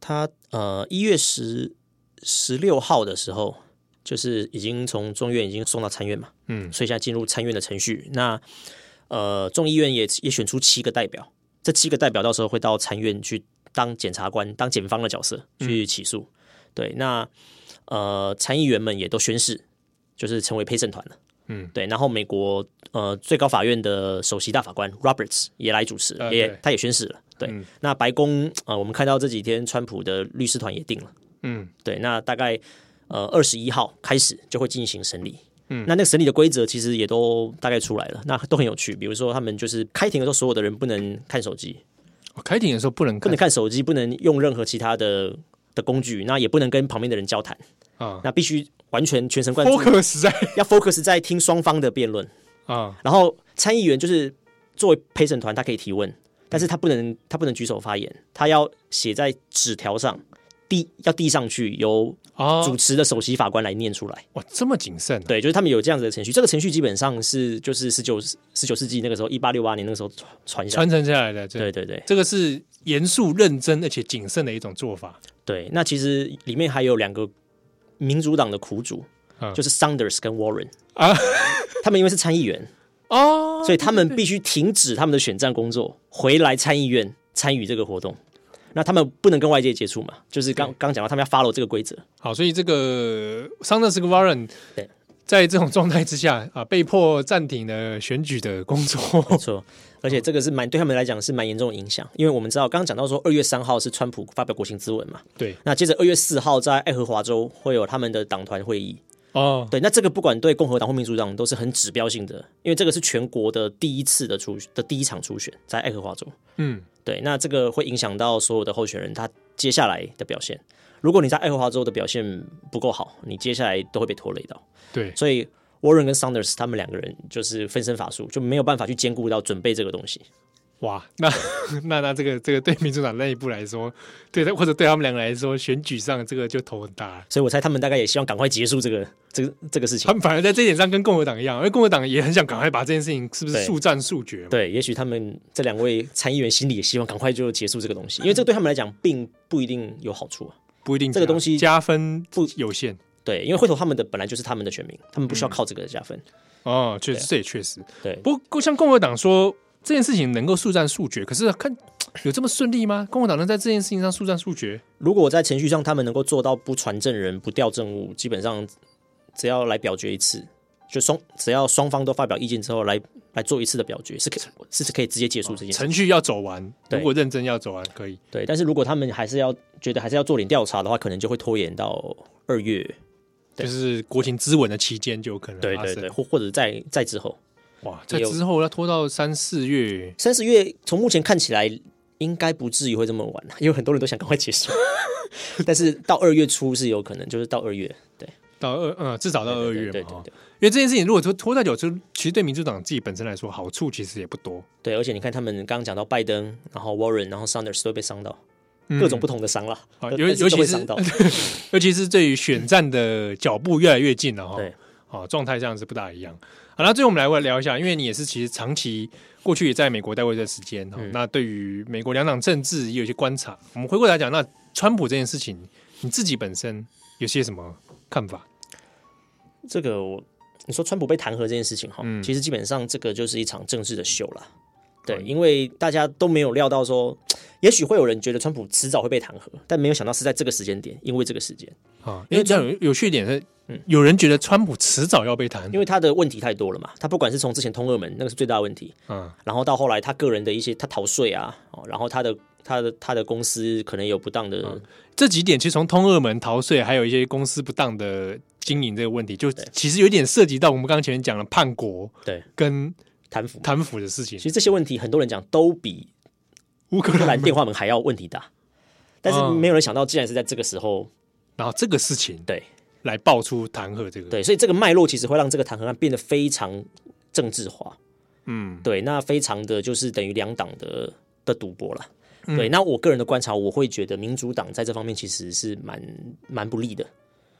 B: 他呃一月十十六号的时候，就是已经从中院已经送到参院嘛，
A: 嗯
B: 所以现在进入参院的程序。那呃，众议院也也选出七个代表，这七个代表到时候会到参院去当检察官、当检方的角色
A: 嗯
B: 去起诉。对，那呃，参议员们也都宣誓，就是成为陪审团了。
A: 嗯，
B: 对，然后美国呃最高法院的首席大法官 Roberts 也来主持，
A: 呃
B: 也
A: 对
B: 他也宣誓了。对，
A: 嗯
B: 那白宫呃，我们看到这几天川普的律师团也定了。
A: 嗯，
B: 对，那大概呃二十一号开始就会进行审理。嗯，那那个审理的规则其实也都大概出来了，那都很有趣。比如说，他们就是开庭的时候，所有的人不能看手机，
A: 哦开庭的时候不能
B: 不
A: 看
B: 能看手机，不能用任何其他的的工具，那也不能跟旁边的人交谈，
A: 啊
B: 那必须完全全神贯注，
A: ，focus 在
B: 要 focus 在听双方的辩论。
A: 啊，
B: 然后参议员就是作为陪审团，他可以提问，但是他不能他不能举手发言，他要写在纸条上，递要递上去，由主
A: 哦，
B: 持的首席法官来念出来。
A: 哇，这么谨慎啊，
B: 对，就是他们有这样子的程序。这个程序基本上是就是十九十九世纪那个时候，一八六八年那个时候传传下来。
A: 传承下来的，
B: 对
A: 对，
B: 对对
A: 这个是严肃、认真而且谨慎的一种做法。
B: 对，那其实里面还有两个民主党的苦主，
A: 嗯
B: 就是 Sanders 跟 Warren
A: 啊
B: 啊，他们因为是参议员，
A: 哦，
B: 所以他们必须停止他们的选战工作，回来参议院参与这个活动。那他们不能跟外界接触嘛？就是刚刚讲到，他们要 follow 这个规则。
A: 好，所以这个桑德斯跟 Warren
B: 对
A: 在这种状态之下啊，被迫暂停了选举的工
B: 没
A: 作。
B: 错，而且这个是蛮对他们来讲是蛮严重的影响，因为我们知道刚刚讲到说二月三号是川普发表国情咨文嘛，
A: 对，
B: 那接着二月四号在爱荷华州会有他们的党团会议。
A: 哦，
B: 对，那这个不管对共和党或民主党都是很指标性的，因为这个是全国的第一次的初的第一场初选在爱荷华州。
A: 嗯，
B: 对，那这个会影响到所有的候选人，他接下来的表现。如果你在爱荷华州的表现不够好，你接下来都会被拖累到。
A: 对，
B: 所以 Warren 跟 Saunders 他们两个人就是分身乏术，就没有办法去兼顾到准备这个东西。
A: 哇，那那那这个这个对民主党内部来说，对他或者对他们两个来说，选举上这个就头很大了。
B: 所以我猜他们大概也希望赶快结束这个这个这个事情
A: 他。们反而在这一点上跟共和党一样，因为共和党也很想赶快把这件事情是不是
B: 对
A: 速战速决嘛？
B: 对，也许他们这两位参议员心里也希望赶快就结束这个东西，因为这对他们来讲并不一定有好处啊。
A: 不一定啊
B: 这个东西
A: 加分
B: 不
A: 有限
B: 对，因为会投他们的本来就是他们的选民，他们不需要靠这个加分。
A: 哦，确
B: 啊
A: 实这也确实。
B: 对，
A: 不过像共和党说这件事情能够速战速决，可是看有这么顺利吗？共和党能在这件事情上速战速决？
B: 如果在程序上他们能够做到不传证人、不调证物，基本上只要来表决一次，就双只要双方都发表意见之后来来做一次的表决，是可是是可以直接结束这件事。
A: 程序要走完，
B: 对
A: 如果认真要走完，可以。
B: 对，但是如果他们还是要觉得还是要做点调查的话，可能就会拖延到二月，对
A: 就是国情咨文的期间就有可能
B: 对
A: 发
B: 对
A: 生。
B: 对，啊或或者在在之后。
A: 哇，在
B: 也有
A: 之后要拖到三四月，
B: 三十月从目前看起来应该不至于会这么晚，因为很多人都想赶快结束。 但是到二月初是有可能，就是到二月，对，
A: 到二嗯，至少到二月嘛。
B: 对对
A: 哦
B: 对对
A: 因为这件事情如果拖拖太久，就其实对民主党自己本身来说好处其实也不多。
B: 对。而且你看，他们刚刚讲到拜登，然后 Warren，然后 Sanders 都被伤到，各种不同的伤啦，
A: 啊
B: 但
A: 嗯尤
B: 但
A: 尤
B: 都
A: 其
B: 会
A: 是
B: 伤到。
A: 尤其是对于选战的脚步越来越近了哈。
B: 对，
A: 哦，状态上是不大一样。好，那最后我们来聊一下，因为你也是其实长期过去也在美国待过一段时间哈、
B: 嗯
A: 哦那对于美国两党政治也有一些观察。我们回过来讲，那川普这件事情，你自己本身有些什么看法？
B: 这个我，你说川普被弹劾这件事情哈，
A: 嗯
B: 其实基本上这个就是一场政治的秀啦。对，因为大家都没有料到说，也许会有人觉得川普迟早会被弹劾，但没有想到是在这个时间点，因为这个时间，
A: 啊，因为
B: 因为嗯
A: 这样有有趣一点是，有人觉得川普迟早要被弹，
B: 因为他的问题太多了嘛。他不管是从之前通俄门那个是最大的问题，
A: 啊，
B: 然后到后来他个人的一些他逃税啊，哦，然后他的他的他的公司可能有不当的，
A: 这几点其实从通俄门逃税，还有一些公司不当的经营这个问题，就其实有点涉及到我们刚刚前面讲的叛国
B: 对
A: 跟
B: 贪腐。
A: 贪腐的事情
B: 其。实这些问题很多人讲都比
A: 乌克
B: 乌克
A: 兰
B: 兰，电话门还要问题大，但是
A: 嗯
B: 没有人想到，竟然是在这个时候，
A: 然后这个事情
B: 对
A: 来爆出弹劾这个，
B: 对，所以这个脉络其实会让这个弹劾案变得非常政治化，嗯，对，那非常的就是等于两党的的赌博了。
A: 嗯
B: 对，那我个人的观察，我会觉得民主党在这方面其实是蛮蛮不利的，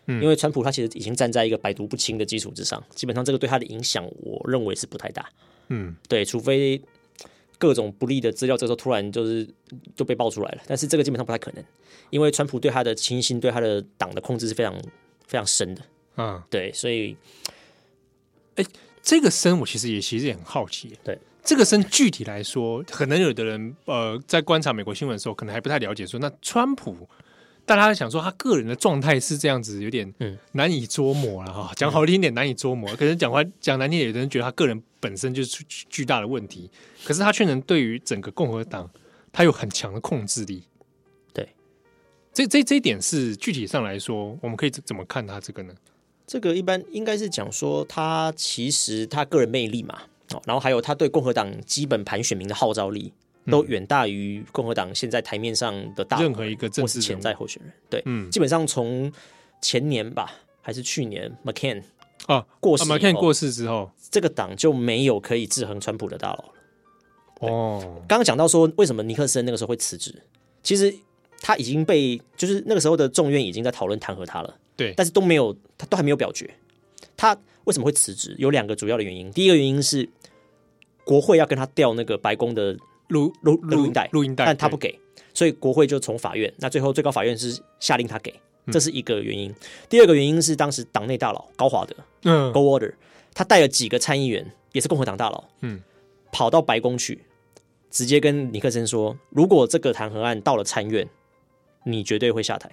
A: 嗯
B: 因为川普他其实已经站在一个百毒不侵的基础之上，基本上这个对他的影响，我认为是不太大。
A: 嗯，
B: 对，除非各种不利的资料这时候突然就是就被爆出来了，但是这个基本上不太可能，因为川普对他的亲信、对他的党的控制是非常非常深的。
A: 啊，
B: 对，所以
A: 这个声我其实也其实也很好奇，
B: 对
A: 这个声具体来说，可能有的人呃在观察美国新闻的时候，可能还不太了解说，那川普大家想说他个人的状态是这样子，有点
B: 嗯
A: 难以捉摸了哈。讲好听一点难以捉摸，可是讲话讲难听一点，有的人觉得他个人本身就是巨巨大的问题，可是他却能对于整个共和党他有很强的控制力，
B: 对。
A: 这这这一点是具体上来说，我们可以怎怎么看他这个呢？
B: 这个一般应该是讲说他其实他个人魅力嘛，哦，然后还有他对共和党基本盘选民的号召力，都远大于共和党现在台面上的大
A: 嗯任何一个政
B: 或
A: 治人
B: 是潜
A: 物
B: 在候选人。对，
A: 嗯
B: 基本上从前年吧，还是去年，McCain
A: 啊，
B: 过
A: 啊
B: 世以后，
A: 马看过世之后，这
B: 这个党就没有可以制衡川普的大佬了。
A: 哦，
B: 刚刚讲到说，为什么尼克森那个时候会辞职？其实他已经被，就是那个时候的众院已经在讨论弹劾他了，
A: 对
B: 但是都没有，他都还没有表决。他为什么会辞职？有两个主要的原因。第一个原因是国会要跟他调那个白宫的
A: 录
B: 录
A: 录
B: 录音带，
A: 录音带，
B: 但他不
A: 对
B: 给，所以国会就从法院，那最后最高法院是下令他给，
A: 嗯
B: 这是一个原因。第二个原因是当时党内大佬高华德
A: 嗯
B: Go Water，他带了几个参议员，也是共和党大佬，
A: 嗯，
B: 跑到白宫去，直接跟尼克森说，如果这个弹劾案到了参院，你绝对会下台。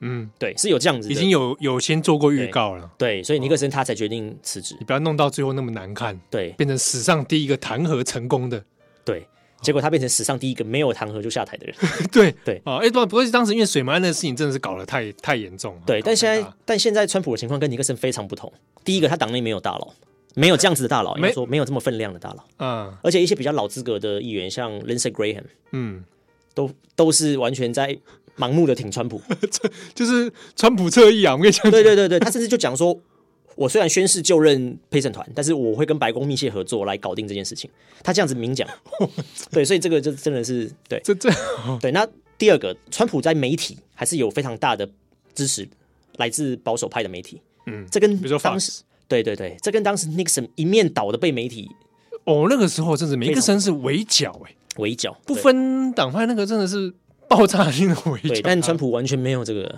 A: 嗯，
B: 对，是有这样子的，
A: 已经有有先做过预告了，
B: 对，所以尼克森他才决定辞职
A: 你。不要弄到最后那么难看，
B: 对
A: 变成史上第一个弹劾成功的，
B: 对，结果他变成史上第一个没有弹劾就下 台的人。
A: 对
B: 对
A: 啊，哎，不不过当时因为水门案的事情真的是搞得太太严重，
B: 对，
A: 搞
B: 但
A: 得
B: 现
A: 太
B: 在
A: 大
B: 但现在川普的情况跟尼克森非常不同。第一个，他党内没有大佬，没有这样子的大佬，应
A: 没
B: 该说没有这么分量的大佬，
A: 啊，
B: 而且一些比较老资格的议员，像 Lindsey Graham，
A: 嗯，
B: 都都是完全在盲目的挺川普。
A: 就是川普侧翼啊，我跟你讲，
B: 对对对对，他甚至就讲说，我虽然宣誓就任陪审团，但是我会跟白宫密切合作来搞定这件事情。他这样子 明讲，对，所以这个就真的是对
A: 这这
B: 对。那第二个，川普在媒体还是有非常大的支持，来自保守派的媒体。嗯，这跟
A: 比如说
B: 当
A: Fox
B: 时对对对，这跟当时 Nixon 一面倒的被媒体
A: 哦，那个时候真是每一个城市围剿哎，
B: 围剿
A: 不
B: 对
A: 分党派，那个真的是爆炸性的围
B: 对
A: 剿。
B: 但川普完全没有这个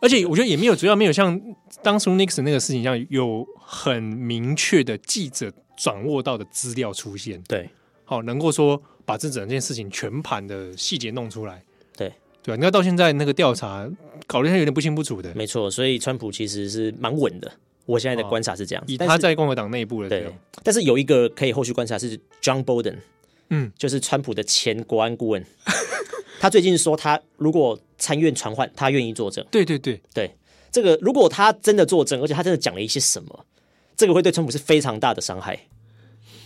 A: 而且我觉得也没有，主要没有像当初 Nixon 那个事情一样有很明确的记者掌握到的资料出现，
B: 对
A: 好、能够说把这整件事情全盘的细节弄出来。
B: 对
A: 对啊，你看到现在那个调查搞得现在有点不清不楚的。
B: 没错，所以川普其实是蛮稳的。我现在的观察是这样，
A: 哦以
B: 但
A: 他
B: 是
A: 在共和党内部的时
B: 对
A: 候，，
B: 但是有一个可以后续观察是 John Bolton，
A: 嗯，
B: 就是川普的前国安顾问， 他最近说他如果参院传唤，他愿意作证。
A: 对对对，
B: 对，这个如果他真的作证，而且他真的讲了一些什么，这个会对川普是非常大的伤害。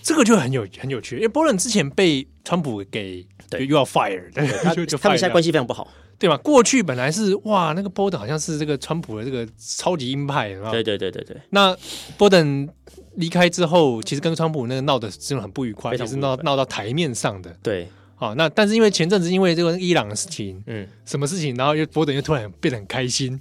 A: 这个就很有很有趣，因为波伦之前被川普给
B: 对
A: 就又要 fire，对
B: 他
A: 就就
B: 他们
A: fire
B: 现在
A: 掉
B: 关系非常不好。
A: 对吧？过去本来是哇，那个波登好像是这个川普的这个超级鹰派，有没有
B: 对对对对对，
A: 那波登离开之后，其实跟川普那个闹得真的很不愉快，而
B: 非常
A: 且是
B: 不愉
A: 闹
B: 快
A: 闹到台面上的。
B: 对，
A: 啊。那但是因为前阵子因为这个伊朗的事情，
B: 嗯，
A: 什么事情，然后又波登又突然变得很开心，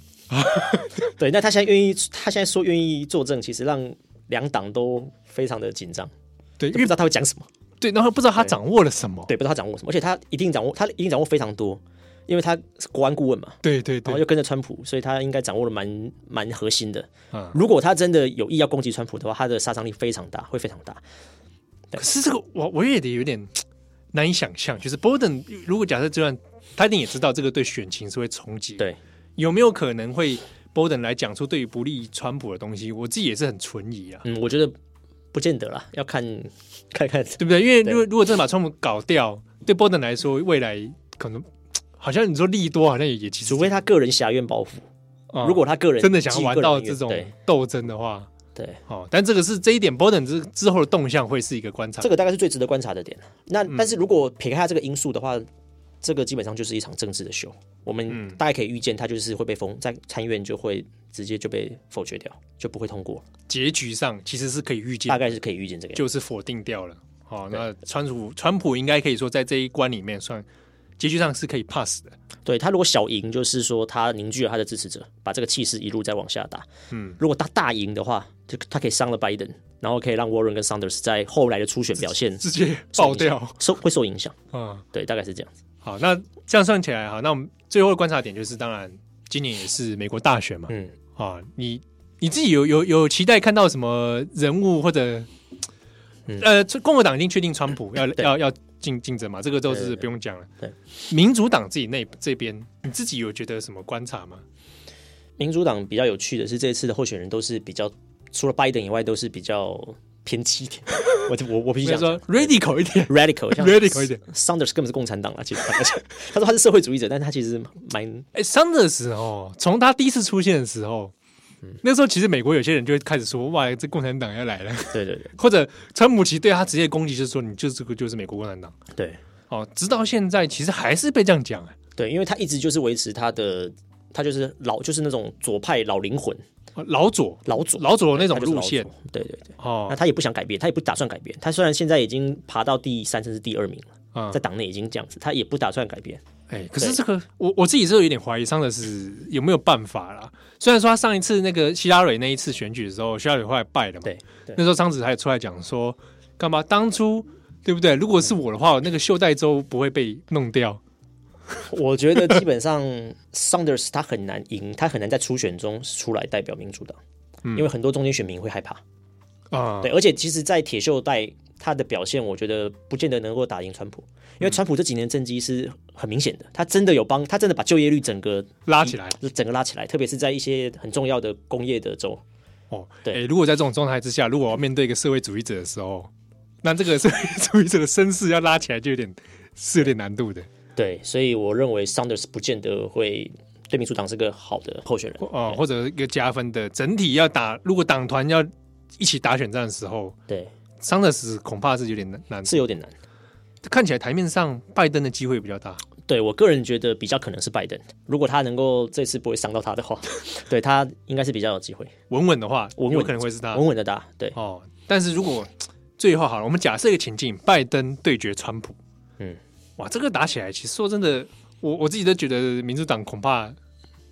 B: 对。那他现在愿意，他现在说愿意作证，其实让两党都非常的紧张，
A: 对，因
B: 就不
A: 为
B: 知道他会讲什么。
A: 对，然后不知道他掌握了什么，
B: 对，不知道他掌握什么，而且他一定掌握，他一定掌握非常多，因为他是国安顾问嘛，
A: 对对
B: 然后
A: 对
B: 又跟着川普，所以他应该掌握了蛮蛮核心的。
A: 啊。
B: 如果他真的有意要攻击川普的话，他的杀伤力非常大，会非常大。
A: 可是这个我我也得有点难以想象，就是波登如果假设这段，他一定也知道这个对选情是会冲击，
B: 对，
A: 有没有可能会波登来讲出对于不利川普的东西？我自己也是很存疑啊。
B: 嗯，我觉得不见得啦，要看看看。
A: 对不对？因为如果如果真的把川普搞掉，对波登来说，未来可能好像你说利多，好像也也其实
B: 除非他个人侠怨包袱，
A: 啊
B: 如果他个人
A: 真的想
B: 基
A: 要
B: 于
A: 玩
B: 个人
A: 到
B: 意愿
A: 这种
B: 对
A: 斗争的话，
B: 对，
A: 哦，但这个是这一点，波登之之后的动向会是一个观察
B: 这。个大概是最值得观察的点。那
A: 嗯
B: 但是如果撇开他这个因素的话，这个基本上就是一场政治的秀。我
A: 嗯
B: 们大概可以预见，他就是会被封，在参院就会直接就被否决掉，就不会通过，
A: 结局上其实是可以预见
B: 大，概是可以预见这个样子。
A: 就是否定掉了。哦，那川普川普应该可以说在这一关里面算结局上是可以 pass 的。
B: 对他如果小赢，就是说他凝聚了他的支持者，把这个气势一路再往下打。嗯，如果他大赢的话，就他可以伤了拜登，然后可以让 Warren 跟 Sanders 在后来的初选表现
A: 直接
B: 受
A: 爆
B: 影响
A: 掉
B: 受会受影响。
A: 啊！
B: 对，大概是这样子。
A: 好，那这样算起来哈，那我们最后的观察点就是，当然今年也是美国大选嘛，
B: 嗯，
A: 啊，你你自己有有有期待看到什么人物或者，呃，共和党已经确定川普要
B: 嗯对
A: 要要竞竞争嘛，这个都
B: 对
A: 是
B: 对
A: 不用讲了。
B: 对，
A: 民主党自己内这边，你自己有觉得什么观察吗？
B: 民主党比较有趣的是，这一次的候选人都是比较除了拜登以外，都是比较偏激 一点。我我我必须
A: 应该
B: 讲
A: 说 radical 一点
B: radical，像
A: ，radical 一点。
B: Sanders 根本是共产党啊了，其实 他说他是社会主义者，但他其实蛮
A: 哎，Sanders 哦，从他第一次出现的时候。
B: 嗯
A: 那时候其实美国有些人就会开始说：“哇，这共产党要来了。
B: 对对对”
A: 或者川普其实对他直接攻击就是说：“你就是这个就是美国共产党。
B: 对”
A: 哦，直到现在其实还是被这样讲、哎
B: 对，因为他一直就是维持他的，他就是老就是那种左派老灵魂。
A: 哦老左
B: 老左
A: 老左的那
B: 他
A: 种
B: 就是
A: 路
B: 老左
A: 线，
B: 对对对。那
A: 哦，
B: 他也不想改变，他也不打算改变。他虽然现在已经爬到第三甚至第二名了，
A: 啊
B: 在，党内已经这样子，他也不打算改变。
A: 哎、可是这个我我自己是有点怀疑桑德斯有没有办法啦。虽然说他上一次那个希拉蕊那一次选举的时候，希拉蕊后来败了嘛，
B: 对对
A: 那时候桑子还出来讲说，干嘛当初对不对？如果是我的话，那个袖带州不会被弄掉。
B: 我觉得基本上 Sanders 他很难赢，他很难在初选中出来代表民主党，因为很多中间选民会害怕。
A: 啊、
B: 对，而且其实，在铁锈带他的表现，我觉得不见得能够打赢川普，因为川普这几年政绩是很明显的，他真的有帮，他真的把就业率整个
A: 拉起来
B: 整个拉起来，特别是在一些很重要的工业的州。
A: 哦。
B: 对
A: 哎如果在这种状态之下，如果我要面对一个社会主义者的时候，那这个社会主义者的身世要拉起来就有点是有点难度的。
B: 对，所以我认为 Sanders 不见得会对民主党是个好的候选人。
A: 哦，或者一个加分的整体要打，如果党团要一起打选战的时候，
B: 对，
A: 桑德斯恐怕是有点难难。
B: 是有点难。
A: 看起来台面上拜登的机会比较大。
B: 对我个人觉得比较可能是拜登，如果他能够这次不会伤到他的话， 对他应该是比较有机会，
A: 稳稳的话，
B: 稳稳
A: 有可能会是他
B: 稳稳的打。对，
A: 哦。但是如果最后好了，我们假设一个情境，拜登对决川普，
B: 嗯，
A: 哇，这个打起来，其实说真的，我我自己都觉得民主党恐怕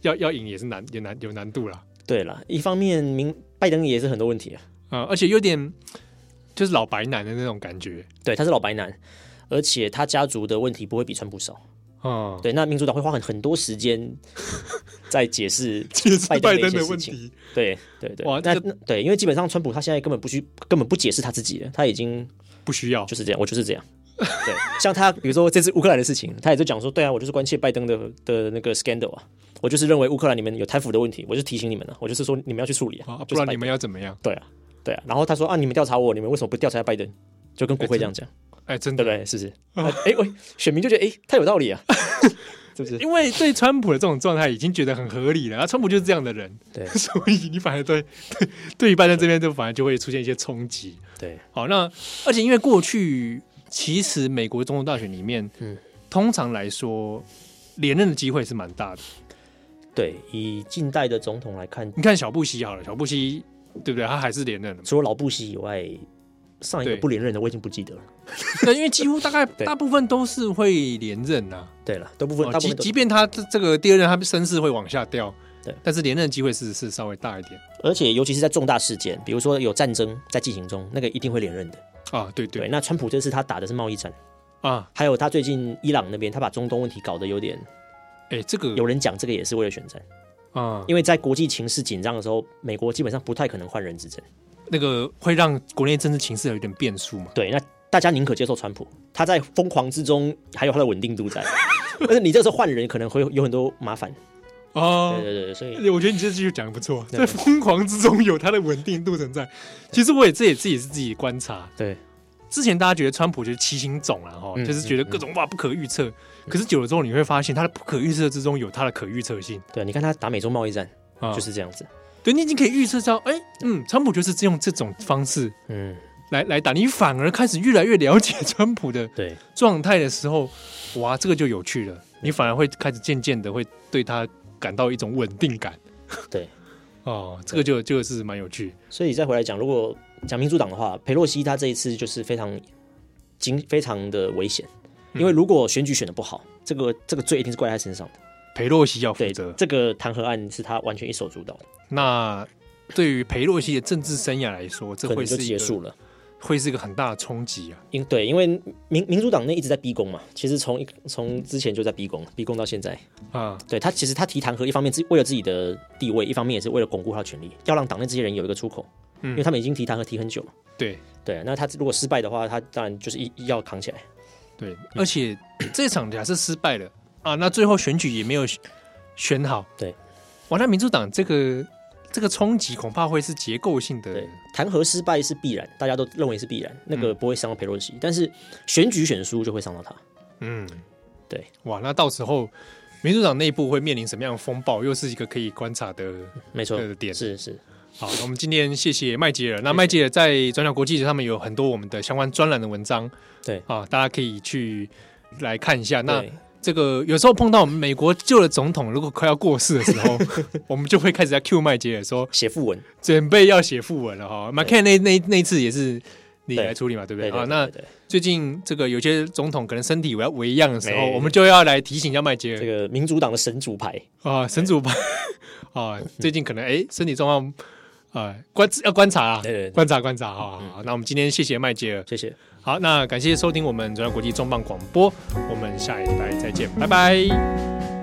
A: 要要赢也是难，也难有难度啦。
B: 对了，一方面明拜登也是很多问题啊，
A: 呃，而且有点就是老白男的那种感觉，
B: 对，他是老白男，而且他家族的问题不会比川普少。
A: 哦、
B: 对，那民主党会花很很多 时间在解释
A: 就是
B: 拜登
A: 拜
B: 的一
A: 登
B: 些
A: 的
B: 事
A: 问
B: 情
A: 题，
B: 对对对，
A: 哇
B: 那
A: 这
B: 那对，因为基本上川普他现在根本不需根本不解释他自己了，他已经
A: 不需要
B: 就是这样，我就是这样。对，像他比如说这次乌克兰的事情，他也就讲说，对啊，我就是关切拜登的的那个 scandal 啊，我就是认为乌克兰你们有贪腐的问题，我就提醒你们了、啊我就是说你们要去处理啊
A: 啊，，
B: 就
A: 不
B: 是
A: 然
B: 拜
A: 你们要怎么样？
B: 对啊对啊，然后他说啊，你们调查我，你们为什么不调查拜登？就跟国会这样讲，
A: 哎，真
B: 对
A: 的，
B: 不对？是不是？啊哎、喂，选民就觉得哎、他有 道理啊，是不是？
A: 因为对川普的这种状态已经觉得很合
B: 嗯
A: 理了，啊，川普就是这样的人，
B: 对
A: 所以你反而对对对于拜登这边就反而就会出现一些冲击。
B: 对
A: 好，那而且因为过去其实美国总统大选里面，
B: 嗯
A: 通常来说连任的机会是蛮大的。
B: 对，以近代的总统来看，
A: 你看小布希好了，小布希对不对？他还是连任了 嘛。
B: 除了老布希以外，上一个
A: 对
B: 不连任的我已经不记得了。
A: 对，因为几乎大概
B: 对
A: 大部分都是会连任呐、
B: 对了，都不分，
A: 哦
B: 大部
A: 即
B: 分都
A: 即便他这这个第二任他身世会往下掉，
B: 对
A: 但是连任的机会是是稍微大一点
B: 而且尤其是在重大事件，比如说有战争在进行中，那个一定会连任的。
A: 啊。对
B: 对，
A: 对
B: 那川普这次他打的是贸易战，
A: 啊，
B: 还有他最近伊朗那边，他把中东问题搞得有点，
A: 哎，这个
B: 有人讲这个也是为了选战，
A: 啊，
B: 因为在国际情势紧张的时候，美国基本上不太可能换人执政。
A: 那个会让国内政治情势有点变数嘛。
B: 对，那大家宁可接受川普，他在疯狂之中还有他的稳定度在，但是你这时候换人可能会有很多麻烦。
A: 哦
B: 对对对，所以
A: 我觉得你这句讲的不错，
B: 对
A: 在疯狂之中有它的稳定度存在。其实我也这也自己是自己观察，
B: 对
A: 之前大家觉得川普就是七星种了哈，
B: 嗯
A: 就是觉得各种哇不可预测。可是久了之后，你会发现它的不可预测之中有它的可预测性
B: 对，你看他打美洲贸易战
A: 啊，
B: 就是这样子。
A: 对你已经可以预测到，哎，嗯，川普就是用这种方式
B: 嗯，
A: 来来打，你反而开始越来越了解川普的
B: 对。
A: 状态的时候，哇，这个就有趣了，你反而会开始渐渐的会对他感到一种稳定感。
B: 对，
A: 哦，这个就这个是蛮有趣。
B: 所以再回来讲，如果讲民主党的话，佩洛西他这一次就是非常经非常的危险，
A: 嗯
B: 因为如果选举选的不好，这个这个罪一定是怪在他身上的。
A: 裴洛西要负
B: 对
A: 责，，
B: 这个弹劾案是他完全一手主导的，
A: 那对于裴洛西的政治生涯来说，这
B: 可能
A: 会
B: 就是
A: 一
B: 结
A: 个
B: 束了。
A: 会是一个很大的冲击啊。
B: 因对，因为民民主党内一直在逼宫嘛，其实从一
A: 嗯
B: 从之前就在逼宫，逼宫到现在。
A: 啊，
B: 对他其实他提弹劾，一方面是为了自己的地位，一方面也是为了巩固他的权利，要让党内这些人有一个出口，
A: 嗯
B: 因为他们已经提弹劾提很久了。
A: 对
B: 对，那他如果失败的话，他当然就是一一要扛起来。
A: 对，而且这场假设失败了啊，那最后选举也没有选选好。
B: 对，
A: 哇，那民主党这个这个冲击恐怕会是结构性的
B: 对，弹劾失败是必然，大家都认为是必然，那个不会伤到佩洛西，但是选举选输就会伤到他。
A: 嗯，
B: 对，
A: 哇，那到时候民主党内部会面临什么样的风暴，又是一个可以观察的。
B: 没错
A: 对的，点
B: 是是，
A: 好，那我们今天谢谢麦吉尔。那麦吉尔在转角国际上面有很多我们的相关专栏的文章，
B: 对
A: 啊，大家可以去来看一下。那
B: 对
A: 这个有时候碰到我们美国旧的总统如果快要过世的时 候，我们就会开始在 Q 麦吉尔说
B: 写副文，
A: 准备要写副文了哈。马凯那那那次也是你来处理嘛，对不对？
B: 对对
A: 啊，
B: 对
A: 那
B: 对
A: 最近这个有些总统可能身体有要为恙的时候，
B: 没
A: 我们就要来提醒一下麦吉
B: 对这
A: 尔
B: 个民主党的神主牌，
A: 啊，神主吧 啊，最近可能哎身体状况。 啊、观要观察啊，
B: 对对对嗯
A: 观察观察，好好好。那我们今天谢谢麦吉尔，
B: 谢谢。
A: 好，那感谢收听我们中央国际重磅广播，我们下一拜再见，拜拜。